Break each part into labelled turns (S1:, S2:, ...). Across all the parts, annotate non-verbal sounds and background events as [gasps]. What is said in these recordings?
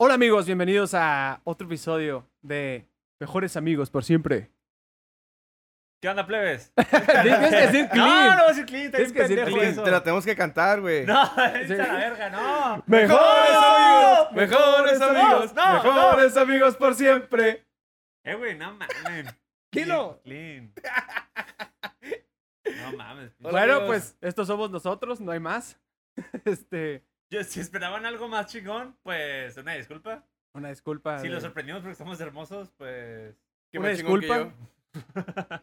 S1: Hola amigos, bienvenidos a otro episodio de Mejores Amigos por
S2: [laughs]
S1: Siempre.
S2: ¿Qué onda, plebes?
S1: Tienes que decir clean.
S2: No, no, sí, clean,
S1: Tienes
S2: tienes
S1: que
S2: que
S1: decir
S2: pendejo
S1: clean,
S2: eso.
S3: Te la tenemos que cantar, güey.
S2: [laughs] No, [laughs] es la verga, no.
S1: ¡Mejores amigos! ¡Mejores
S2: No,
S1: amigos!
S2: no,
S1: ¡Mejores amigos por siempre!
S2: Eh, güey, no mames.
S1: Dilo.
S2: Clean. No mames.
S3: Hola,
S1: bueno,
S3: amigos.
S1: pues estos somos nosotros, no hay más. [laughs] Este,
S2: Yo, si esperaban algo más chingón, pues una disculpa.
S1: una disculpa.
S2: Si
S1: de-
S2: los sorprendimos porque estamos hermosos, pues.
S3: Qué
S1: una
S3: más chingón que
S1: disculpa.
S3: yo.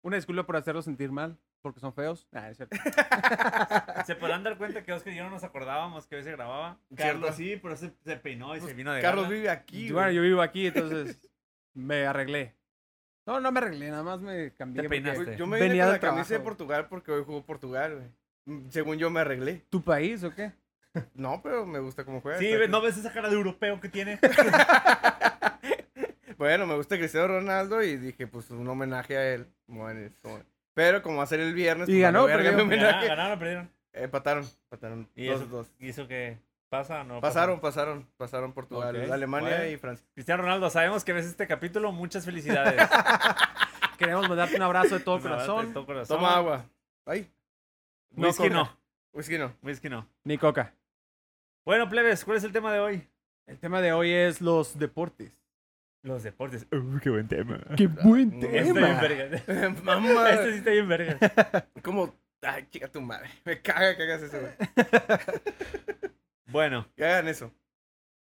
S1: Una disculpa por hacerlos sentir mal, porque son feos. Ah, es
S2: [laughs]
S1: cierto.
S2: Se podrán dar cuenta que Oscar y yo no nos acordábamos que hoy se grababa.
S3: Cierto.
S2: Carlos sí, pero se, se peinó y se vino de
S3: Carlos
S2: gala.
S3: vive aquí.
S1: Bueno,
S3: güey.
S1: yo vivo aquí, entonces me arreglé. No, no me arreglé, nada más me cambié.
S2: Te
S1: porque
S2: peinaste.
S3: Güey, Yo me
S1: Venía
S3: vine con
S1: del
S3: la camisa de
S1: trabajo.
S3: Portugal porque hoy jugó Portugal, güey. Mm, Según yo me arreglé.
S1: ¿Tu país o qué?
S3: No, pero me gusta cómo juega.
S2: Sí,
S3: Está
S2: ve-
S3: cool.
S2: ¿no ves esa cara de europeo que tiene?
S3: Bueno, me gusta Cristiano Ronaldo y dije, pues un homenaje a él. Bueno, como- Pero como va a ser el viernes,
S1: Y
S3: pues,
S1: ganó,
S3: vale, verga,
S1: perdió.
S3: mi
S2: Ganaron,
S3: homenaje.
S2: ganaron, perdieron.
S3: Eh, Empataron, empataron.
S2: ¿Y
S3: dos,
S2: eso,
S3: dos.
S2: ¿Y eso qué? ¿Pasa o no? pasa?
S3: Pasaron, pasaron, pasaron Portugal,
S2: Ok,
S3: Alemania
S2: bueno.
S3: y Francia.
S2: Cristiano Ronaldo, sabemos que ves este capítulo. Muchas felicidades.
S1: Queremos mandarte un abrazo de todo
S2: Una verdad, de
S1: corazón.
S2: todo corazón.
S3: Toma agua. Ay,
S2: Whisky
S1: No,
S2: no,
S3: whisky no.
S2: whisky no.
S1: Ni coca.
S2: Bueno, plebes, ¿cuál es el tema de hoy?
S1: El tema de hoy es los deportes.
S2: Los deportes. Uh, qué buen tema.
S1: [laughs] ¡Qué buen
S3: no,
S2: Este está bien
S1: tema!
S2: [laughs] verga.
S3: [laughs] Mamá.
S2: Este sí está bien verga.
S3: Como, ay, chica tu madre. [laughs] Me caga que hagas eso, güey.
S2: Bueno,
S3: Que hagan eso.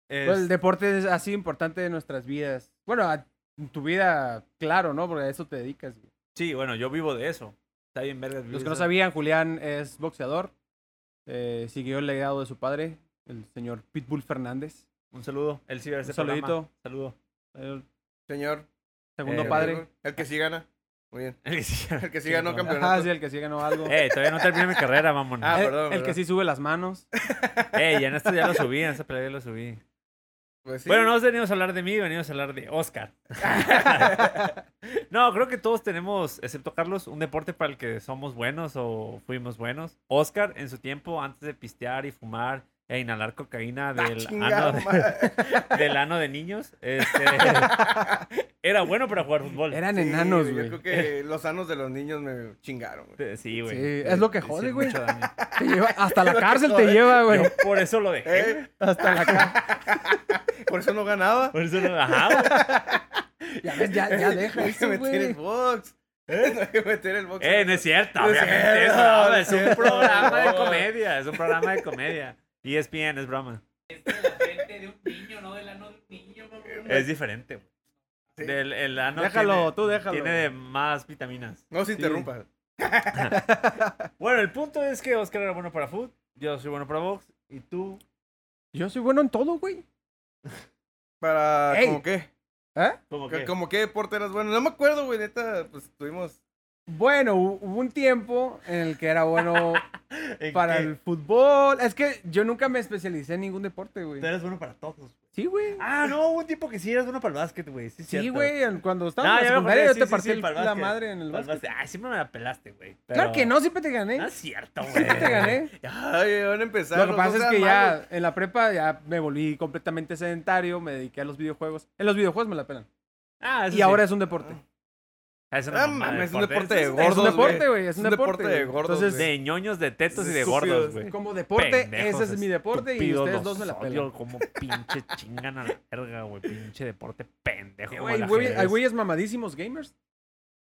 S2: es-
S1: Pues, el deporte es así importante de nuestras vidas. Bueno, a- en tu vida, claro, ¿no? Porque a eso te dedicas. güey.
S2: sí, bueno, yo vivo de eso. Está bien verga.
S1: Los que no sabían, Julián es boxeador. Eh, siguió el legado de su padre, el señor Pitbull Fernández.
S2: Un saludo. Él sí ve ese
S1: Un saludito.
S2: programa. Saludo.
S1: El
S3: Señor.
S1: segundo
S2: Eh,
S1: padre.
S3: El que sí gana. Muy bien.
S2: El que sí,
S3: El que sí ganó
S2: no.
S3: campeonato.
S1: Ah, sí, el que sí ganó algo.
S2: [laughs] Eh, todavía no terminé mi carrera, mamón.
S3: Ah,
S1: el,
S3: perdón,
S1: el que
S3: perdón.
S1: sí sube las manos.
S2: Eh, ya en esto ya lo subí, en esa pelea ya lo subí.
S3: Pues sí.
S2: Bueno, no venimos a hablar de mí, venimos a hablar de Oscar. [laughs] no, creo que todos tenemos, excepto Carlos, un deporte para el que somos buenos o fuimos buenos. Oscar, en su tiempo, antes de pistear y fumar e inhalar cocaína
S3: Ah,
S2: del,
S3: chingada
S2: ano, de,
S1: [laughs]
S3: madre.
S2: del ano de niños, este, era bueno para jugar fútbol.
S1: Eran
S3: Sí,
S1: enanos,
S3: Yo
S1: güey. [laughs]
S3: creo que los sanos de los niños me chingaron, güey.
S2: Sí, güey.
S1: Sí, es lo que
S2: Sí,
S1: jode,
S2: sí,
S1: güey.
S2: mucho
S1: [laughs]
S2: daño.
S1: Te lleva- hasta la
S3: Lo que
S1: cárcel te
S3: jode.
S1: lleva,
S2: [laughs]
S1: güey.
S2: Yo por eso lo dejé. güey.
S3: ¿Eh?
S1: Hasta la cárcel.
S3: Por eso no ganaba.
S2: Por eso lo dejaba.
S1: [laughs] Ya ves, [laughs] ya,
S3: [laughs]
S1: ya deja
S3: Hay que
S1: eso,
S3: meter el
S1: güey. ¿Eh?
S3: box. [laughs] No hay que meter el box.
S2: Eh, no es cierto.
S3: No es
S2: obviamente,
S3: cierto,
S2: es broma,
S3: no es
S2: es un
S3: cierto,
S2: programa de
S3: no.
S2: comedia. Es un programa de comedia. E ESPN es broma.
S4: frente de un niño, no del ano de un niño, mamón.
S2: Es diferente. güey.
S3: Sí.
S2: Del- el ano
S1: Déjalo,
S2: tiene-
S1: tú déjalo.
S2: Tiene de más vitaminas.
S3: No se interrumpa.
S2: Bueno, el punto es que Oscar era bueno para foot, yo soy bueno para box y tú
S1: Yo soy bueno en todo, güey.
S3: Para,
S1: Ey.
S3: ¿como qué?
S2: como que
S3: Que- ¿Como qué deporte eras bueno? No me acuerdo, güey, neta, pues tuvimos...
S1: Bueno, hu- hubo un tiempo en el que era bueno
S2: [laughs] ¿en
S1: para
S2: qué?
S1: el fútbol. Es que yo nunca me especialicé en ningún deporte, güey.
S2: tú eres bueno para todos. güey.
S1: Sí, güey.
S2: Ah, no, hubo un tipo que sí eras bueno para el básquet, güey. Sí, es
S1: Sí,
S2: cierto.
S1: güey. en- Cuando estaba
S2: No,
S1: en la
S2: ya me
S1: secundaria yo te
S2: acordé, sí, sí,
S1: partí
S2: sí, para el
S1: la
S2: básquet.
S1: madre en el
S2: Para el
S1: básquet.
S2: básquet. Ay, siempre me la pelaste, güey.
S1: Claro
S2: pero-
S1: que no, siempre te
S2: No ¿eh?
S1: gané.
S2: es cierto, güey.
S1: Siempre te gané.
S3: Ay, van a empezar.
S1: Lo que
S3: los
S1: pasa
S3: dos
S1: es
S3: eran
S1: que
S3: malos.
S1: ya en la prepa ya me volví completamente sedentario, me dediqué a los videojuegos. En los videojuegos me la pelan.
S2: [laughs] Ah, eso
S1: Y
S2: sí.
S1: ahora es un deporte.
S2: Ah, eso no
S3: Ah,
S2: es mamada,
S3: mames, es un deporte
S2: eso
S3: de
S2: es-
S3: gordos,
S1: es un deporte,
S3: güey.
S1: güey. Es un deporte.
S3: de
S1: güey.
S3: gordos,
S1: Entonces,
S2: De
S3: güey.
S2: ñoños, de tetos y de
S3: Estúpidos,
S2: gordos, güey.
S1: como deporte,
S2: Pendejos,
S1: ese es mi deporte y
S2: estúpidos,
S1: ustedes
S2: los
S1: dos me la
S2: odio,
S1: pelan.
S2: como pinche chingan a la verga, güey. Pinche deporte pendejo.
S1: Eh,
S2: como
S1: güey,
S2: el
S1: güey,
S2: ajedrez.
S1: Hay güeyes mamadísimos gamers.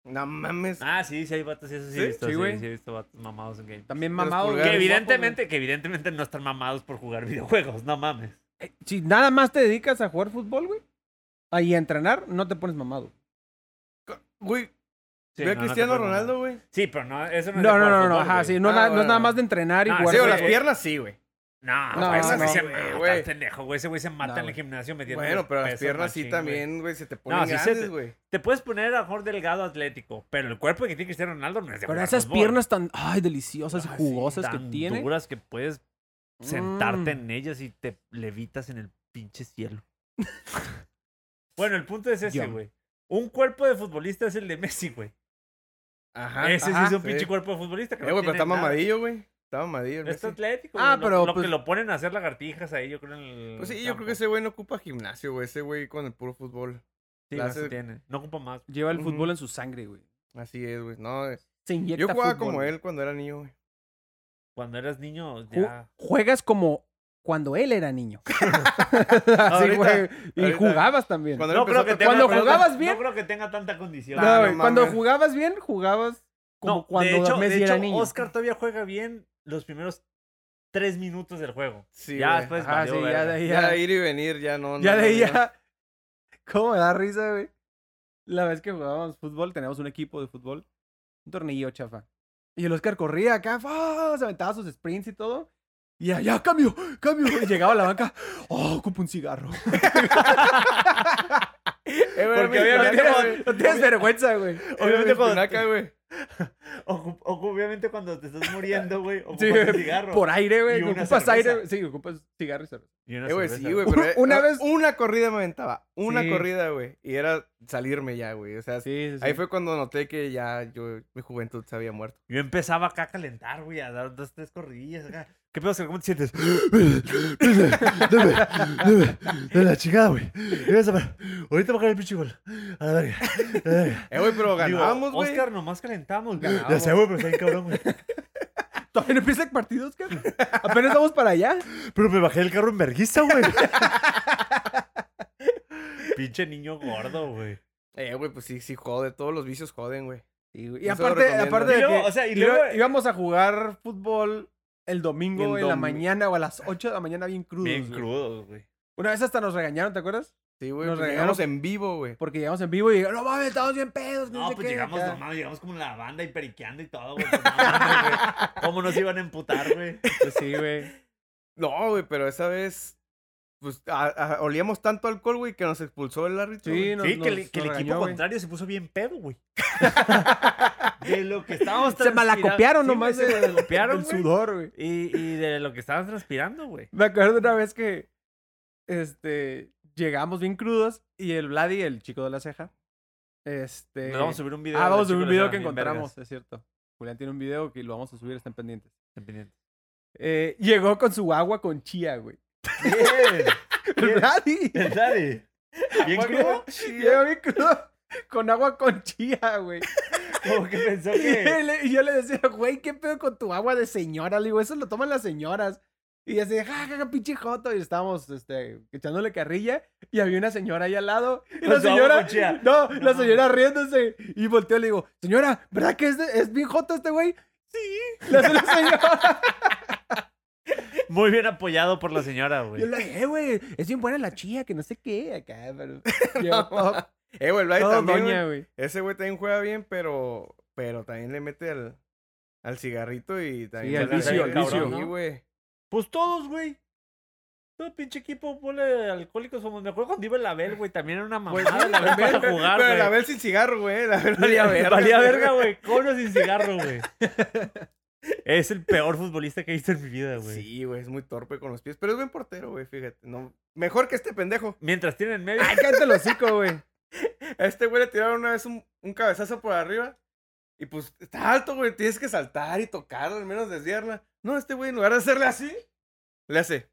S3: No mames.
S2: Ah, sí, sí hay vatos, eso sí,
S3: ¿Sí?
S2: he visto,
S1: Sí,
S2: sí,
S1: güey.
S2: sí he visto vatos mamados en game.
S1: También
S3: Pero es
S1: mamados.
S3: pulgar.
S2: Que
S1: güey,
S2: evidentemente, que evidentemente no están mamados por jugar [laughs] videojuegos, no mames.
S1: guapos, güey. Si nada más te dedicas a jugar fútbol, güey, ahí a entrenar, no te pones mamado.
S3: Güey,
S2: Sí,
S3: ve
S2: no,
S3: a
S2: no te
S3: Cristiano
S2: puedes
S3: Ronaldo,
S2: mamar.
S3: güey.
S2: Sí, pero no, eso no es
S1: No,
S2: de
S1: no,
S2: jugar
S1: no, no,
S2: fútbol,
S1: ajá,
S2: güey.
S1: sí, no,
S3: Ah,
S1: na- no es
S3: bueno.
S1: nada más de entrenar y
S2: Ah,
S1: jugar.
S3: Sí, o las
S1: güey.
S3: piernas sí, güey.
S2: No,
S1: No,
S2: güey, eso
S1: no,
S2: sí se
S3: güey,
S2: mata,
S3: güey.
S2: estás pendejo, güey. Ese güey se mata en
S1: güey.
S2: el gimnasio metiendo
S3: Bueno,
S2: los
S3: pero las
S2: pesos
S3: piernas sí
S2: machín, güey.
S3: también, güey, se te ponen
S2: sí se te-
S3: grandes, güey.
S2: Te puedes poner a lo mejor delgado atlético, pero el cuerpo que tiene Cristiano Ronaldo no es de
S1: Con
S2: jugar
S1: esas
S2: fútbol.
S1: piernas tan, ay, deliciosas y
S2: Así,
S1: jugosas que
S2: tan
S1: tiene.
S2: duras que puedes sentarte
S1: Mm.
S2: en ellas y te levitas en el pinche cielo. [laughs] bueno, el punto es ese,
S1: Yum.
S2: güey. Un cuerpo de futbolista es el de Messi, güey.
S3: Ajá.
S2: Ese sí
S1: ajá,
S2: es un
S3: sí.
S2: pinche cuerpo de futbolista. Que
S3: Ah, Eh,
S2: no
S3: güey, pero
S2: tiene
S3: está
S2: nada.
S3: mamadillo, güey. Estaba madillo el
S2: Es
S3: Messi.
S2: atlético.
S1: Ah,
S2: Ah, pero.
S1: pero,
S2: Lo,
S1: pues-
S2: que lo ponen a hacer lagartijas ahí, yo creo. En el
S3: Pues sí, yo
S2: campo.
S3: creo que ese güey no ocupa gimnasio, güey. Ese güey con el puro fútbol.
S2: Sí,
S3: la
S2: más
S3: hace-
S2: tiene. No ocupa más.
S1: Mm. Lleva el fútbol
S3: Ujú.
S1: en su sangre, güey.
S3: Así es, güey. No, eh,
S1: Se inyecta
S3: yo jugaba
S1: fútbol,
S3: como
S1: güey.
S3: él cuando era niño, güey.
S2: Cuando eras niño,
S1: Ju-
S2: ya.
S1: Juegas como cuando él era niño.
S2: [laughs] Ahorita-
S1: Así, güey. Y
S3: ahorita-
S1: jugabas también.
S3: Cuando él
S2: No creo
S3: empezó
S2: que
S3: a
S2: tenga,
S3: tocar-
S1: cuando
S2: pero no-
S1: jugabas bien-
S2: No creo que tenga tanta condición.
S1: No,
S3: Ah,
S1: güey,
S3: no
S1: cuando
S3: mames.
S1: jugabas bien, jugabas como
S2: No,
S1: cuando
S2: de hecho,
S1: Messi
S2: de
S1: era
S2: hecho,
S1: niño.
S2: Oscar todavía juega bien los primeros tres minutos del juego.
S3: Sí,
S2: ya
S3: güey.
S2: después
S1: Ajá,
S2: valió
S1: sí, ya
S2: verga.
S1: de ahí
S3: Ya
S1: ya-
S3: ir y venir, ya no.
S1: Ya
S3: no, no,
S1: leía. [laughs] ¿Cómo me da risa, güey? La vez que jugábamos fútbol, teníamos un equipo de fútbol, un tornillo chafa. Y el Oscar corría acá, ¡fa! se aventaba sus sprints y todo. Y allá, cambio, cambio. Y llegaba a la banca, ¡oh, ocupo un cigarro! [laughs]
S3: Eh, güey,
S2: Porque
S3: mi
S2: obviamente
S3: espinaca,
S2: cuando-
S3: güey.
S1: No tienes vergüenza, güey.
S3: Era mi
S2: Obviamente cuando,
S3: espinaca, güey.
S2: ocu- ocu- obviamente cuando te estás muriendo, [laughs] güey, ocupas
S1: Sí,
S2: un cigarro.
S1: Por aire,
S2: Y
S1: güey.
S2: una
S1: Ocupas
S2: cerveza.
S1: aire. güey. Sí, ocupas cigarro y cerveza.
S2: Y una
S3: Eh, güey,
S2: cerveza,
S3: sí, güey.
S1: güey.
S3: pero, eh,
S1: [laughs] Una
S3: ah,
S1: vez-
S3: Una corrida me aventaba. Una
S1: Sí.
S3: corrida, güey. Y era salirme ya, güey. O sea,
S1: Sí, sí, sí.
S3: ahí fue cuando noté que ya yo, mi juventud se había muerto.
S2: Yo empezaba acá a calentar, güey, a dar dos, tres corridillas acá. ¿Qué pedo, Oscar? ¿Cómo te
S5: [gasps]
S2: sientes?
S5: De la chingada, güey. Debes saber. Ahorita va a caer el pinche gol. A la verga. A la
S2: [laughs]
S5: verga.
S3: Eh, güey,
S2: Digo,
S3: pero ganábamos, güey.
S2: Oscar, nomás calentamos.
S5: Ya sé, güey, pero está bien cabrón, güey.
S1: ¿Todavía no empieza el partido, Oscar? Apenas vamos para allá.
S5: Pero me bajé del carro en verguiza, güey.
S2: [laughs] Pinche niño gordo, güey.
S3: Eh, güey, pues sí, sí jode. Todos los vicios joden, güey.
S1: Sí, güey. Y
S3: Eso lo
S1: aparte,
S3: recomiendo.
S1: aparte de
S2: Y luego,
S1: que
S2: o sea, y
S1: iba-
S2: luego-
S1: íbamos a jugar fútbol el domingo
S3: El
S1: en la
S3: domi-
S1: mañana o a las 8 de la mañana bien crudos.
S2: Bien
S1: Pues, güey.
S2: crudos, güey.
S1: Una vez hasta nos regañaron, ¿te acuerdas?
S3: Sí, güey.
S1: Nos
S3: Nos
S1: regañaron-
S3: regalamos en vivo, güey.
S1: Porque llegamos en vivo y dijeron, no mames, estamos bien pedos. que
S2: No,
S1: sé
S2: pues
S1: qué",
S2: llegamos
S1: acá.
S2: nomás, llegamos como la banda y periqueando y todo, güey. pues, no mames,
S1: [laughs]
S2: güey. ¿Cómo nos iban a emputar, güey?
S1: Pues sí, güey.
S3: No, güey, pero esa vez. Pues a- a- olíamos tanto alcohol, güey, que nos expulsó el árbitro.
S1: Sí,
S3: güey.
S1: nos,
S2: sí, que,
S1: nos-
S2: el- que el
S1: nos
S2: equipo
S1: regañó, güey.
S2: contrario se puso bien pedo,
S1: [laughs]
S2: güey. De lo que estábamos
S1: Se malacopiaron
S2: transpirando-
S1: nomás
S2: Sí, güey, se malacopiaron,
S1: el
S2: güey.
S1: sudor, güey.
S2: Y, y de lo que estabas transpirando, güey.
S1: Me acuerdo una vez que este, llegamos bien crudos y el Vladi, el chico de la ceja, este...
S2: Nos vamos a subir un video.
S1: ah, vamos a
S2: del
S1: subir un
S2: chico
S1: video que
S2: de San Juan, bien
S1: encontramos,
S2: vergas.
S1: es cierto. Julián tiene un video que lo vamos a subir, estén pendientes.
S2: Ten pendiente.
S1: Eh, llegó con su agua con chía, güey.
S2: Bien.
S1: [laughs] ¿Verdad? Y-
S2: Bien, dale. Bien
S1: Ah,
S2: crudo.
S1: Llegó bien crudo con agua con chía, güey.
S2: Como que pensó
S1: Y,
S2: que.
S1: él- y yo [laughs] le decía, güey, ¿qué pedo con tu agua de señora? Le digo, eso lo toman las señoras. Y así, ja, ja, ja, pinche joto. Y estábamos este, echándole carrilla. Y había una señora ahí al
S2: [laughs]
S1: lado. Y la
S2: Con su agua
S1: señora.
S2: con chía.
S1: [laughs] No,
S2: No
S1: la señora riéndose. Y volteó y le digo, señora, ¿verdad que es, de- es bien joto este güey? Sí. Le
S2: [laughs]
S1: hace la señora.
S2: Muy bien apoyado por la señora,
S1: Yo
S2: güey.
S1: le dije, "Eh, güey, es bien buena la chía, que no sé qué. Acá,
S2: [laughs]
S1: pero. Llegó todo,
S3: [laughs] Eh, güey, el Vladi
S1: todo
S3: también.
S1: doña,
S3: güey.
S1: güey.
S3: Ese güey también juega bien, pero. Pero también le mete al. Al cigarrito y también.
S1: Sí, al
S3: juega
S1: vicio,
S3: bien
S1: al
S3: cabrón,
S1: vicio. [laughs]
S3: Sí, güey.
S2: Pues todos, güey. Todo pinche equipo, ponle alcohólicos somos. Me acuerdo cuando iba el Abel, güey. También era una mamada el Abel para jugar,
S3: Pero
S2: güey. [laughs]
S3: la Abel sin cigarro, güey.
S1: [laughs]
S3: La Abel
S2: valía
S3: valía
S2: verga.
S3: verga.
S2: güey. Cono sin cigarro, güey. [laughs] Es el peor futbolista que he visto en mi vida, güey.
S3: Sí, güey, es muy torpe con los pies. Pero es buen portero, güey, fíjate. No, mejor que este pendejo.
S2: Mientras tienen en medio.
S1: Ay, cállate el hocico, güey.
S3: A este güey le tiraron una vez un, un cabezazo por arriba. Y pues está alto, güey. Tienes que saltar y tocarlo, al menos desviarla. No, este güey, en lugar de hacerle así, le hace.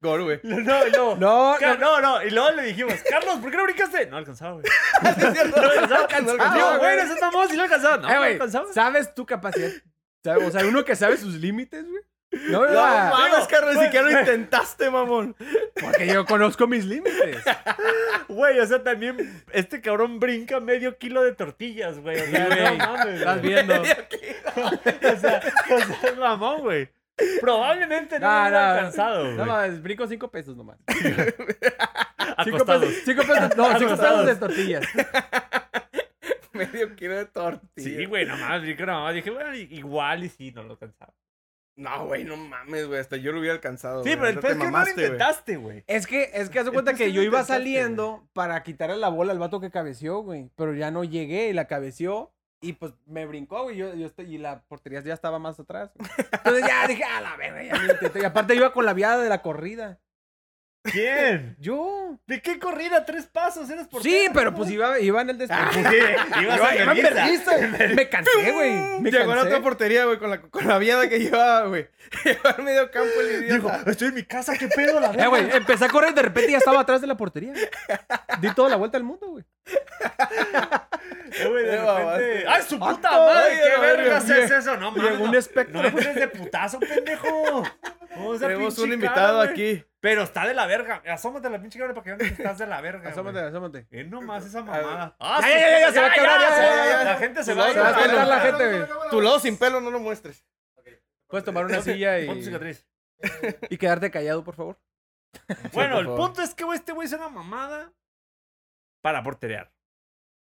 S3: Gol, güey.
S2: [laughs] No, no, no.
S1: No,
S2: Ca- No, no, y luego le dijimos, Carlos, ¿por qué no brincaste? No alcanzaba, güey.
S3: No alcanzaba, no
S1: Ah,
S2: Digo,
S3: alcanzaba,
S2: güey,
S1: güey.
S2: no seas mamón, si no alcanzaba. No,
S1: Eh,
S2: no
S1: güey,
S2: alcanzaba.
S1: ¿sabes tu capacidad? ¿Sabe- O sea, uno que sabe sus límites, güey. No,
S3: No
S1: ¿verdad?
S3: mames, Carlos, ni
S2: güey,
S3: siquiera
S2: [laughs]
S3: lo
S2: güey.
S3: intentaste, mamón. [laughs]
S1: porque yo conozco mis límites.
S2: Güey, o sea, también este cabrón brinca medio kilo de tortillas, güey. O sea,
S1: Sí, güey.
S2: no
S1: [laughs]
S2: mames,
S1: Estás [laughs]
S2: güey.
S1: viendo.
S2: [laughs] O sea, o sea, es mamón, güey. Probablemente no,
S1: No,
S2: lo hubiera
S1: no.
S2: alcanzado, güey.
S1: No mames, brinco cinco pesos nomás. Cinco
S2: Acostados.
S1: pesos, cinco pesos, no, cinco
S2: Acostados.
S1: pesos de tortillas.
S3: Medio kilo de tortilla.
S2: Sí, güey, nomás, brinca nomás. Dije, bueno, igual y sí, no lo alcanzaba.
S3: No, güey, no mames, güey. Hasta yo lo hubiera alcanzado.
S2: Sí,
S3: güey,
S2: pero el
S3: neta,
S2: peor es que no lo
S3: mamaste, güey.
S2: intentaste, güey.
S1: Es que, es que hace
S3: Entonces,
S1: cuenta que
S3: ¿qué
S1: yo
S3: le
S1: iba
S3: intentaste,
S1: saliendo para quitarle la bola al vato que cabeció, güey. Pero ya no llegué y la cabeció. Y pues me brincó, güey. Yo, yo estoy- y la portería ya estaba más atrás. güey. Entonces ya dije, a la verga, ya lo intenté". Y aparte iba con la viada de la corrida.
S2: ¿Quién?
S1: Yo.
S2: ¿De qué corrida? Tres pasos, eres por
S1: Sí, pero
S2: [laughs]
S1: pues iba, iba en el despeje.
S2: ibas
S1: Iba-
S2: a
S1: iba en
S2: vergüenza.
S1: vergüenza. Me cansé, güey. Me
S3: Llegó a la
S1: cansé.
S3: otra portería, güey, con la, con la viada que llevaba, güey. [laughs] Llegó al medio campo el
S5: Dijo,
S3: idiota.
S5: estoy en mi casa, qué pedo la
S1: Eh,
S5: verga.
S1: güey, empecé a correr y de repente ya estaba atrás de la portería. Di toda la vuelta al mundo, güey.
S2: Eh, güey, de
S3: Te
S2: repente.
S3: mamaste.
S2: ¡Ay, su puta
S1: Ah,
S2: madre!
S3: oye,
S2: ¿Qué
S3: la
S2: vergas
S1: verga.
S2: es eso? No mames.
S1: Llegó un
S2: no-
S1: espectro,
S2: No entres de putazo, pendejo. O sea,
S3: Tenemos
S2: pinche
S3: un
S2: cara,
S3: invitado
S2: güey.
S3: aquí.
S2: Pero está de la verga. Asómate a la pinche cara para que vean que estás de la verga.
S1: Asómate,
S2: güey.
S1: asómate.
S2: Es nomás esa
S3: ver.
S2: mamada. Ah,
S1: Ya,
S2: su-
S1: ya, ya, ya, se va a quebrar, ya,
S2: se
S1: ya,
S2: va-
S1: ya, ya.
S2: La gente se
S3: Se
S2: va a
S3: va
S2: ir.
S1: Se va a
S3: Ah,
S1: despertar la
S3: no,
S1: gente, güey.
S3: Tu lado sin pelo no lo muestres.
S1: Puedes tomar una silla
S2: Pon tu
S1: y,
S2: cicatriz.
S1: y quedarte callado, por favor.
S2: Bueno,
S3: por
S2: el
S3: favor.
S2: punto es que güey, este güey es una mamada para porterear.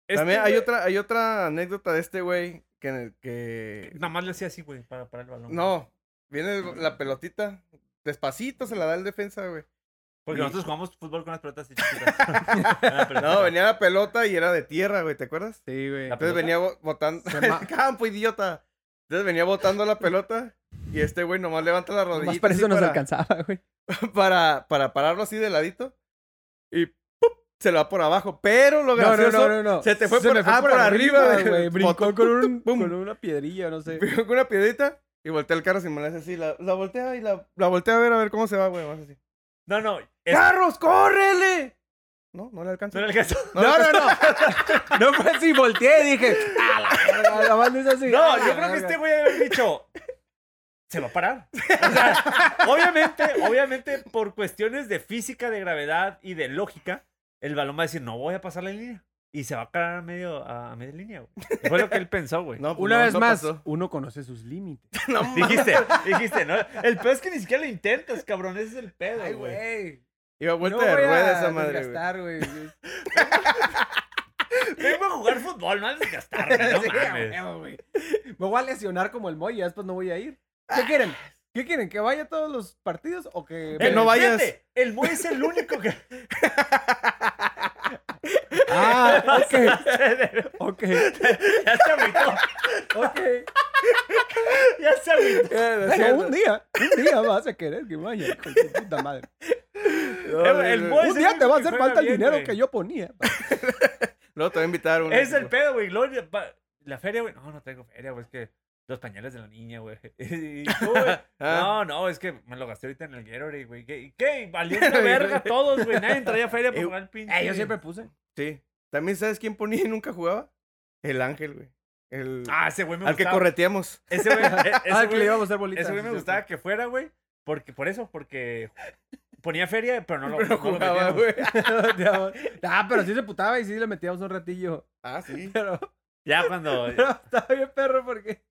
S2: Este
S3: También hay
S2: güey
S3: otra, hay otra anécdota de este güey que, que...
S2: Nada más le hacía así, güey, para, para el balón.
S3: No, viene la pelotita. Despacito se la da el defensa,
S1: [laughs]
S3: güey.
S2: Porque
S3: Y-
S2: nosotros jugamos fútbol con las pelotas así chiquitas. Ah, Era pelota.
S3: No, venía la pelota y era de tierra, güey, ¿te acuerdas?
S1: Sí, güey.
S2: La
S3: Entonces venía bo- botando... [laughs]
S1: Se ma-
S3: el campo, idiota. Entonces venía botando la pelota y este güey nomás levanta la rodilla.
S1: Más para eso nos alcanzaba, güey.
S3: para, para pararlo así de ladito y ¡pup! se lo va por abajo. Pero lo
S1: No, no,
S3: gracioso
S1: no, no, no.
S3: se te fue por-
S1: me
S3: ah, por arriba, güey.
S1: güey. Brincó
S3: Botó,
S1: con,
S3: pum,
S1: un,
S3: pum.
S1: con una piedrilla, no sé.
S3: pegó con una piedrita y voltea el carro sin maneras así. La, la voltea y la, la voltea a ver a ver cómo se va, güey. más así.
S2: No, no. es-
S3: [laughs] ¡Carros, córrele! No, no le alcanza.
S2: No era el caso.
S1: No, no, no.
S2: [laughs]
S1: No fue así, volteé y dije, "A la verga", la banda es así.
S2: No,
S1: "A la
S2: yo creo que
S1: verga".
S2: este güey debe haber dicho. Se va a parar. O sea, obviamente, obviamente, por cuestiones de física, de gravedad y de lógica, el balón va a decir, no voy a pasar la línea. Y se va a parar a medio, a media línea, güey. Fue lo que él pensó, güey.
S3: No, pues
S1: Una
S3: no,
S1: vez
S3: no
S1: más,
S3: pasó.
S1: uno conoce sus límites.
S2: [laughs] Dijiste, dijiste, ¿no? El pedo es que ni siquiera lo intentas, cabrón. Ese es el pedo, güey.
S3: Iba vuelta
S1: No
S3: de
S1: voy a
S3: rueda esa madre, güey. [laughs]
S1: desgastar, [laughs] güey.
S2: Vengo a jugar fútbol, no andes gastar, güey.
S1: [laughs]
S2: No
S1: Sí, a
S2: mames.
S1: huevo, güey. Me voy a lesionar como el Moy y después no voy a ir. ¿Qué quieren? ¿Qué quieren? ¿Que vaya a todos los partidos o que...?
S3: Que no
S2: Eh,
S3: vaya.
S2: fíjate, el Moy es el único que. [laughs]
S1: [laughs] Ah, ok, ok,
S2: ya se agüitó.
S1: ok.
S2: Ya se agüitó.
S3: Eh, lo
S1: Pero
S3: siento.
S1: un día, un día vas a querer que vaya, hijo de tu puta [laughs] madre.
S3: No,
S2: Eh,
S3: no,
S2: el
S3: no.
S2: Moy- Pues
S1: un
S2: es
S1: día
S2: el
S1: te va a
S2: que
S1: hacer
S2: juega
S1: falta el
S2: bien,
S1: dinero
S2: güey.
S1: que yo ponía.
S3: Luego te voy a invitar uno.
S2: Es el pedo, güey. Luego, pa- La feria, güey. No, no tengo feria, güey. Es que los pañales de la niña, güey. [laughs] Y tú, güey,
S3: [laughs] Ah.
S2: No, no, es que me lo gasté ahorita en el Gatorade, güey. ¿Qué? y ¿Qué?
S3: [laughs]
S2: Valiente verga todos, güey. Nadie traía feria para
S3: Eh,
S2: jugar el pinche.
S1: yo siempre puse.
S3: Sí. También sabes quién ponía y nunca jugaba. El ángel, güey. El...
S2: [laughs] Ah, ese güey me
S3: al que
S2: gustaba.
S3: correteamos.
S2: Ese
S3: [laughs]
S2: güey. e- ese
S1: Ah, que
S2: güey-
S1: le íbamos a hacer bolitas.
S2: ese güey me
S1: sí,
S2: gustaba que fuera, güey. Porque, por eso, porque ponía feria, pero no lo,
S3: [laughs] Pero
S2: no lo
S3: jugaba,
S2: metíamos.
S3: güey.
S1: cierto. [laughs] ah, pero sí se putaba y sí le metíamos un ratillo.
S3: Ah, sí.
S1: Pero,
S2: Ya
S3: [laughs]
S1: [laughs]
S2: cuando.
S1: pero estaba bien perro porque...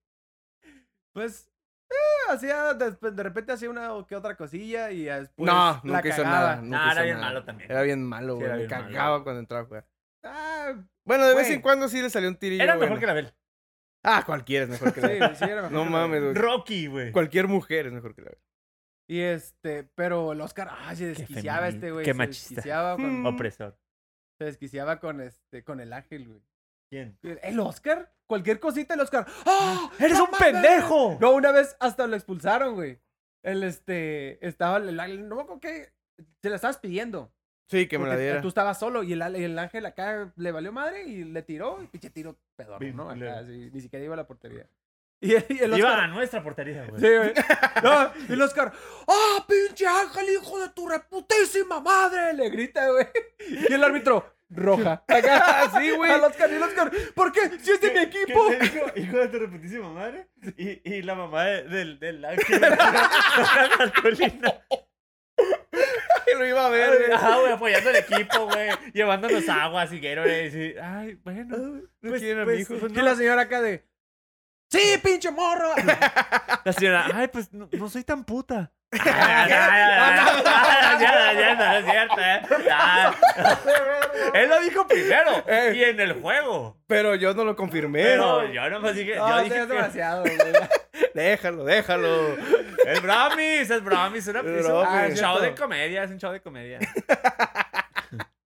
S1: Pues... eh, hacía... De, de repente hacía una o que otra cosilla y ya después
S3: no,
S1: la
S3: nunca hizo
S1: cagaba.
S3: nada. nunca
S2: Nah,
S3: hizo
S2: era bien
S3: nada.
S2: malo también.
S3: [laughs] Era bien malo,
S2: Sí,
S3: güey.
S2: era
S3: me
S2: bien malo.
S3: cagaba cuando entraba a jugar. [laughs]
S1: Ah,
S3: Bueno, de vez
S1: Güey.
S3: en cuando sí le salió un tirillo.
S2: Era
S3: bueno.
S2: mejor que la Bel.
S3: Ah, cualquiera es mejor que
S1: sí, pues,
S3: la
S1: sí, era mejor
S3: No
S1: que la-
S3: mames, güey.
S2: Rocky, güey.
S3: Cualquier mujer es mejor que la
S1: Y este, pero el Oscar, ah, se desquiciaba
S2: femini-
S1: este güey.
S2: qué
S1: se
S2: machista.
S1: desquiciaba con-
S3: Mm.
S2: Opresor.
S1: se desquiciaba con este, con el ángel, güey.
S2: ¿Quién?
S1: ¿El Oscar? Cualquier cosita, el Oscar. ¡Ah!
S2: ¡Eres
S1: ¡No
S2: un
S1: mames!
S2: pendejo!
S1: No, una vez hasta lo expulsaron, güey. El este. Estaba el ángel. No, ¿con qué? Se la estabas pidiendo.
S3: Sí, que me la
S1: porque
S3: diera.
S1: Tú
S3: [laughs]
S1: estabas solo y el, al- el ángel acá le valió madre y le tiró. Y pinche tiro pedorro,
S2: Bien
S1: ¿no? Acá,
S2: culero.
S1: así, ni siquiera iba a la portería. [laughs] Y, y el
S2: Iba
S1: Oscar-
S2: a nuestra portería, güey.
S1: Sí, güey. No, y el Oscar, ¡ah, pinche ángel, hijo de tu reputísima madre! Le grita, güey. Y el árbitro, roja. Acá, [laughs] sí, güey. Al Oscar, y el Oscar, ¿por qué? Si es de mi
S2: ¿Qué
S1: equipo.
S2: te dijo? Hijo de tu reputísima madre. Y, y la mamá de- del, del ángel. [laughs] la
S1: [laughs]
S2: cartulina.
S3: lo iba
S2: [laughs]
S3: a
S2: Ajá, güey, apoyando al equipo, güey. Llevándonos aguas y Gatorade. y- Ay,
S1: Ah,
S2: bueno.
S3: No
S2: Pues-
S3: quieren a mi
S2: pues-
S3: hijo.
S2: pues
S1: Y
S2: no.
S1: la señora acá de, ¡sí, pinche morro!
S2: La señora, ay, pues no, no soy
S1: [laughs]
S2: tan puta. [laughs] Ay, ay, ay, ay, ay, ay, ay, no es cierto, eh. Ay. Él lo dijo primero.
S3: Eh.
S2: Y en el juego.
S3: Pero yo no lo confirmé.
S2: Pero yo nomás dije.
S1: No,
S2: Yo
S1: sí,
S2: dije
S1: es
S2: que.
S1: demasiado, güey.
S3: Déjalo, déjalo.
S2: Es Bramis, es Bramis, una
S3: Es
S2: Ah, es
S3: Bramis.
S2: un show de comedia, es un show de [laughs] comedia.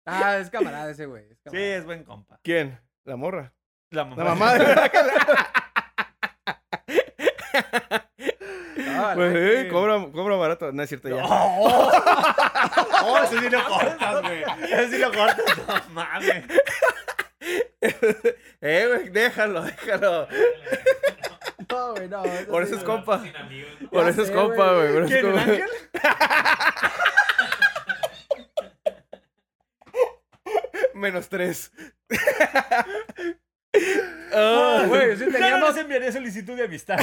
S1: Ah, es camarada ese, güey. es
S2: Sí,
S1: camarada.
S2: es buen compa.
S3: ¿Quién? La morra. [laughs]
S2: La mamá.
S3: La mamá de
S1: No, cobra.
S3: Pues,
S1: like,
S3: eh, cobra, cobra barato. No es cierto, ya.
S2: ¡Oh! ¡Oh! Ese sí lo cortas, güey. Ese sí lo cortas. [laughs] No mames.
S3: Eh, güey, déjalo, déjalo.
S1: No, güey, no.
S3: Por eso
S1: sí,
S3: es
S1: güey.
S3: compa.
S4: Sin amigos, ¿no?
S3: Por
S1: Ya
S3: eso es
S1: sé,
S3: compa,
S1: güey.
S3: güey. por eso es
S2: ¿Quién, el
S3: compa.
S2: ángel?
S3: Menos tres. Ah, güey.
S1: Güey, si
S2: Ya Oh, no
S1: teníamos,
S2: nos enviaré solicitud de amistad.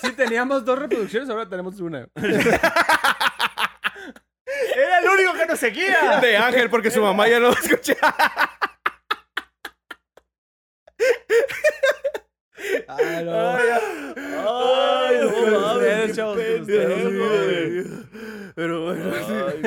S1: si teníamos dos reproducciones, ahora tenemos una.
S2: Era el único que nos
S3: [laughs]
S2: seguía.
S3: De Ángel, porque su mamá ya no lo escucha.
S1: Ah, [laughs] no.
S2: Ay,
S1: no mames,
S2: ustedes,
S1: qué
S2: chavos, con
S1: pendejo,
S2: ustedes,
S3: Pero bueno, sí.
S2: güey. Ay,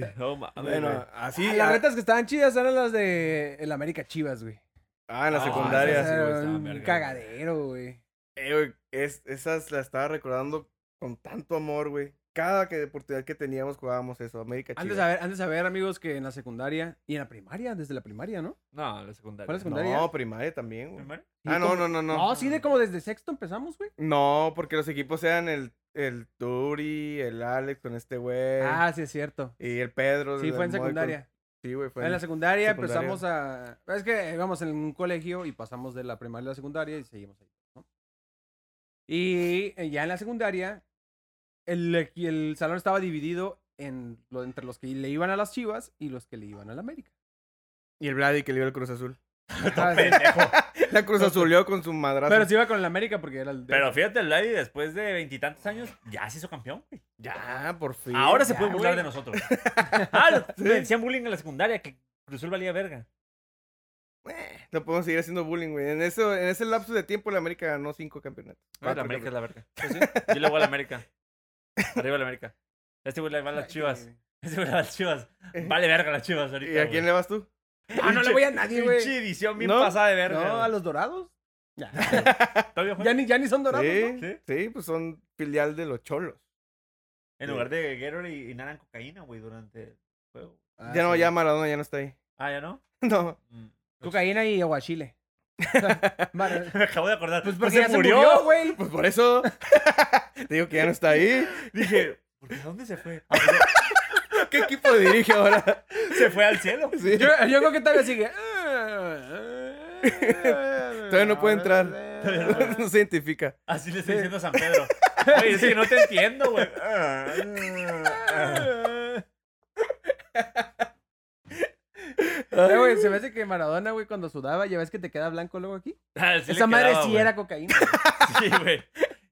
S2: güey. No mames.
S3: Bueno,
S2: güey.
S3: así.
S1: las
S3: Ah,
S1: retas que estaban chidas eran las de el América Chivas, güey.
S3: ah, en la
S2: Ah,
S3: secundaria. pues,
S1: Esas
S2: sí, güey,
S1: eran
S2: estaban
S1: un
S2: verga, güey.
S1: cagadero, güey.
S3: Eh, güey, es- esas las estaba recordando con tanto amor, güey. Cada que oportunidad que teníamos jugábamos eso, América
S1: Antes de
S3: Chivas.
S1: saber, antes de saber, amigos, que en la secundaria y en la primaria, desde la primaria, ¿no?
S2: No, la secundaria.
S1: ¿Cuál es
S2: No.
S1: secundaria.
S3: No, primaria también, güey.
S2: Primaria.
S3: Ah,
S1: Y
S3: no,
S1: como-
S3: no, no, no.
S1: No, sí, de como desde sexto empezamos, güey.
S3: No, porque los equipos eran el, el Turi, el Alex con este güey.
S1: Ah, sí, es cierto.
S3: Y el Pedro.
S1: Sí,
S3: el
S1: fue en
S3: Moy con-
S1: secundaria.
S3: Sí, güey, fue
S1: En la secundaria
S3: Pues, secundaria.
S1: empezamos a. Es que íbamos en un colegio y pasamos de la primaria a la secundaria y seguimos ahí. ¿no? Y eh, ya en la secundaria, el, equi- el salón estaba dividido en lo, entre los que le iban a las chivas y los que le iban a la América.
S3: Y el Vladi que le dio el
S1: [laughs]
S3: Cruz Azul.
S1: Ajá, sí.
S3: La Cruz Azulió con su madrazo.
S1: Pero se iba con la América porque era el. de-
S2: Pero fíjate, el Lady después de veintitantos años ya se hizo campeón, güey.
S3: Ya, por fin.
S2: Ahora se
S1: ya,
S2: puede burlar
S1: güey.
S2: de nosotros. Ah, lo- le decían bullying en la secundaria que cruzó el valía verga.
S3: No podemos seguir haciendo bullying, güey. En, eso, en ese lapso de tiempo, la América ganó cinco campeonatos.
S2: No,
S3: Cuatro
S2: la América es la verga. Pues Yo le voy a la América. Arriba la América. Este güey le va a las
S1: Ay,
S2: chivas.
S1: güey.
S2: Este güey le va a las chivas. Vale verga las chivas ahorita.
S3: campeonatos. ¿Y a quién le vas tú?
S1: Ah, no le voy a nadie,
S2: Pinche
S1: güey.
S2: edición bien
S3: No,
S2: pasada de verga.
S1: [laughs] No, a
S2: güey.
S1: los dorados. Ya,
S2: ¿Todavía juega?
S1: ya ni, ya ni son dorados.
S3: Sí,
S1: ¿no?
S3: sí, pues son filial de los cholos.
S2: En lugar de Gatorade y inhalan cocaína, güey, durante el juego.
S1: Ah,
S3: ya no,
S1: sí.
S3: ya Maradona ya no está ahí. [laughs]
S2: Ah, ¿ya no?
S3: No.
S2: Mm. [laughs]
S1: Cocaína y aguachile. [laughs] Vale.
S2: Me acabo de acordar.
S1: Pues
S2: ¿No
S1: porque ya se murió, güey.
S3: Pues por eso. [laughs] Te digo que ya no está ahí.
S2: Dije, ¿por qué a dónde se fue? Ah, pues,
S3: ¿Qué equipo
S1: [laughs]
S3: dirige ahora? [laughs]
S2: se fue al cielo. [laughs]
S3: Sí.
S1: Yo, yo creo que tal vez sigue.
S3: Todavía
S1: Todavía
S3: no puede entrar. no se identifica.
S2: Así le estoy diciendo a San Pedro. Oye, es que no te entiendo, güey. Ah, ah, ah.
S1: Eh, güey, se me hace que Maradona, güey, cuando sudaba, ya ves que te queda blanco luego aquí.
S2: Ah, sí le
S1: Esa madre
S2: quedaba,
S1: sí
S2: güey.
S1: era cocaína.
S2: [laughs] Sí, güey.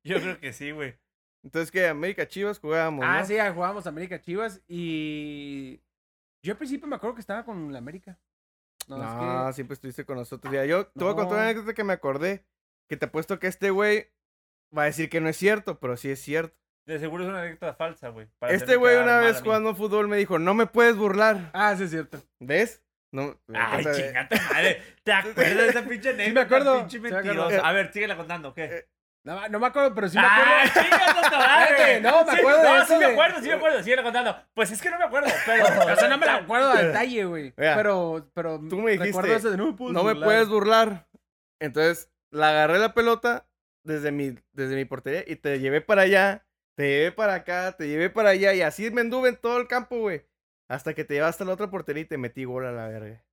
S2: Yo creo que sí, güey.
S3: Entonces, ¿qué? América Chivas jugábamos.
S1: ah,
S3: ¿no?
S1: sí, ah, jugábamos América Chivas y. Yo al principio me acuerdo que estaba con la América. No,
S3: No,
S1: es
S3: siempre estuviste con nosotros. Ya, yo te voy a contar una
S1: No.
S3: anécdota que me acordé. Que te apuesto que este güey va a decir que no es cierto, pero sí es cierto.
S2: De seguro es una anécdota falsa, güey. para
S3: este
S2: hacerme
S3: güey
S2: quedar
S3: una
S2: mal a
S3: vez
S2: mí.
S3: jugando fútbol me dijo, no me puedes burlar.
S1: que. Ah, sí, es cierto.
S3: ¿Ves? No,
S2: Ay,
S3: o sea,
S2: chingate madre. ¿Te acuerdas de esa pinche anécdota?
S1: acuerdo,
S2: Pinche
S1: sí me acuerdo.
S2: mentiroso. A ver, síguela contando, ¿qué?
S1: No, no me acuerdo, pero sí me acuerdo.
S2: ¡Ah, [laughs] chingas a tu madre!
S1: Espérate, no, me
S2: Sí,
S1: acuerdo de
S2: no,
S1: eso
S2: sí me
S1: de-
S2: acuerdo, sí me acuerdo. Síguela contando. Pues es que no me acuerdo, pero...
S1: [laughs] O sea, no
S2: [laughs]
S1: me la acuerdo a detalle, [laughs] güey.
S3: Mira,
S1: Pero, pero.
S3: tú me dijiste,
S1: recuerdo eso de, no pues, me puedes
S3: No me
S1: burlar".
S3: puedes burlar. Entonces, la agarré la pelota desde mi, desde mi portería y te llevé para allá, te llevé para acá, te llevé para allá y así me anduve en todo el campo, güey. Hasta que te llevaste a la otra portería y te metí gol a la verga.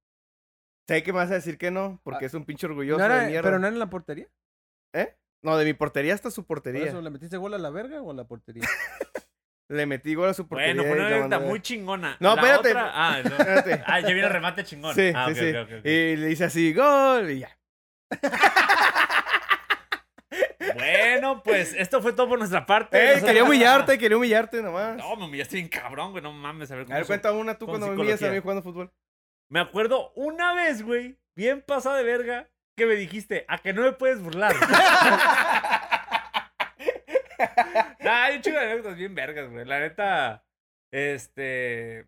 S3: Sé que me vas a decir que no,
S1: Ah,
S3: porque es un pinche
S1: ¿No
S3: orgulloso
S1: era-
S3: de mierda.
S1: pero
S3: No...
S1: no era en la portería.
S3: de mi portería hasta su
S1: ¿Por
S3: portería.
S1: eso le metiste gol a la verga o a la portería?
S3: Le metí gol a su portería.
S2: Bueno, fue
S3: y
S2: una
S3: la
S2: anécdota
S3: mandé-
S2: muy chingona.
S3: No,
S2: La
S3: espérate.
S2: otra- Ah, no.
S3: [laughs] Espérate.
S2: Ah, ya viene el remate chingón.
S3: Sí,
S2: ah,
S3: sí,
S2: ok,
S3: sí.
S2: ok, ok, ok.
S3: Y le hice así, gol, y ya.
S2: Bueno, pues esto fue todo por nuestra parte.
S3: Ey,
S2: Nosotros-
S3: quería humillarte, quería humillarte nomás.
S2: No, me humillaste bien cabrón, güey. No mames, a ver
S3: a
S2: cómo
S3: ver,
S2: se-
S3: cuenta una tú
S2: con
S3: cuando me humillas a
S2: psicología.
S3: mí jugando fútbol.
S2: Me acuerdo una vez, güey, bien pasada de verga, que me dijiste, a que no me puedes
S3: [laughs]
S2: burlar. nah, hay un chingo de anécdotas bien vergas, güey. La neta, este...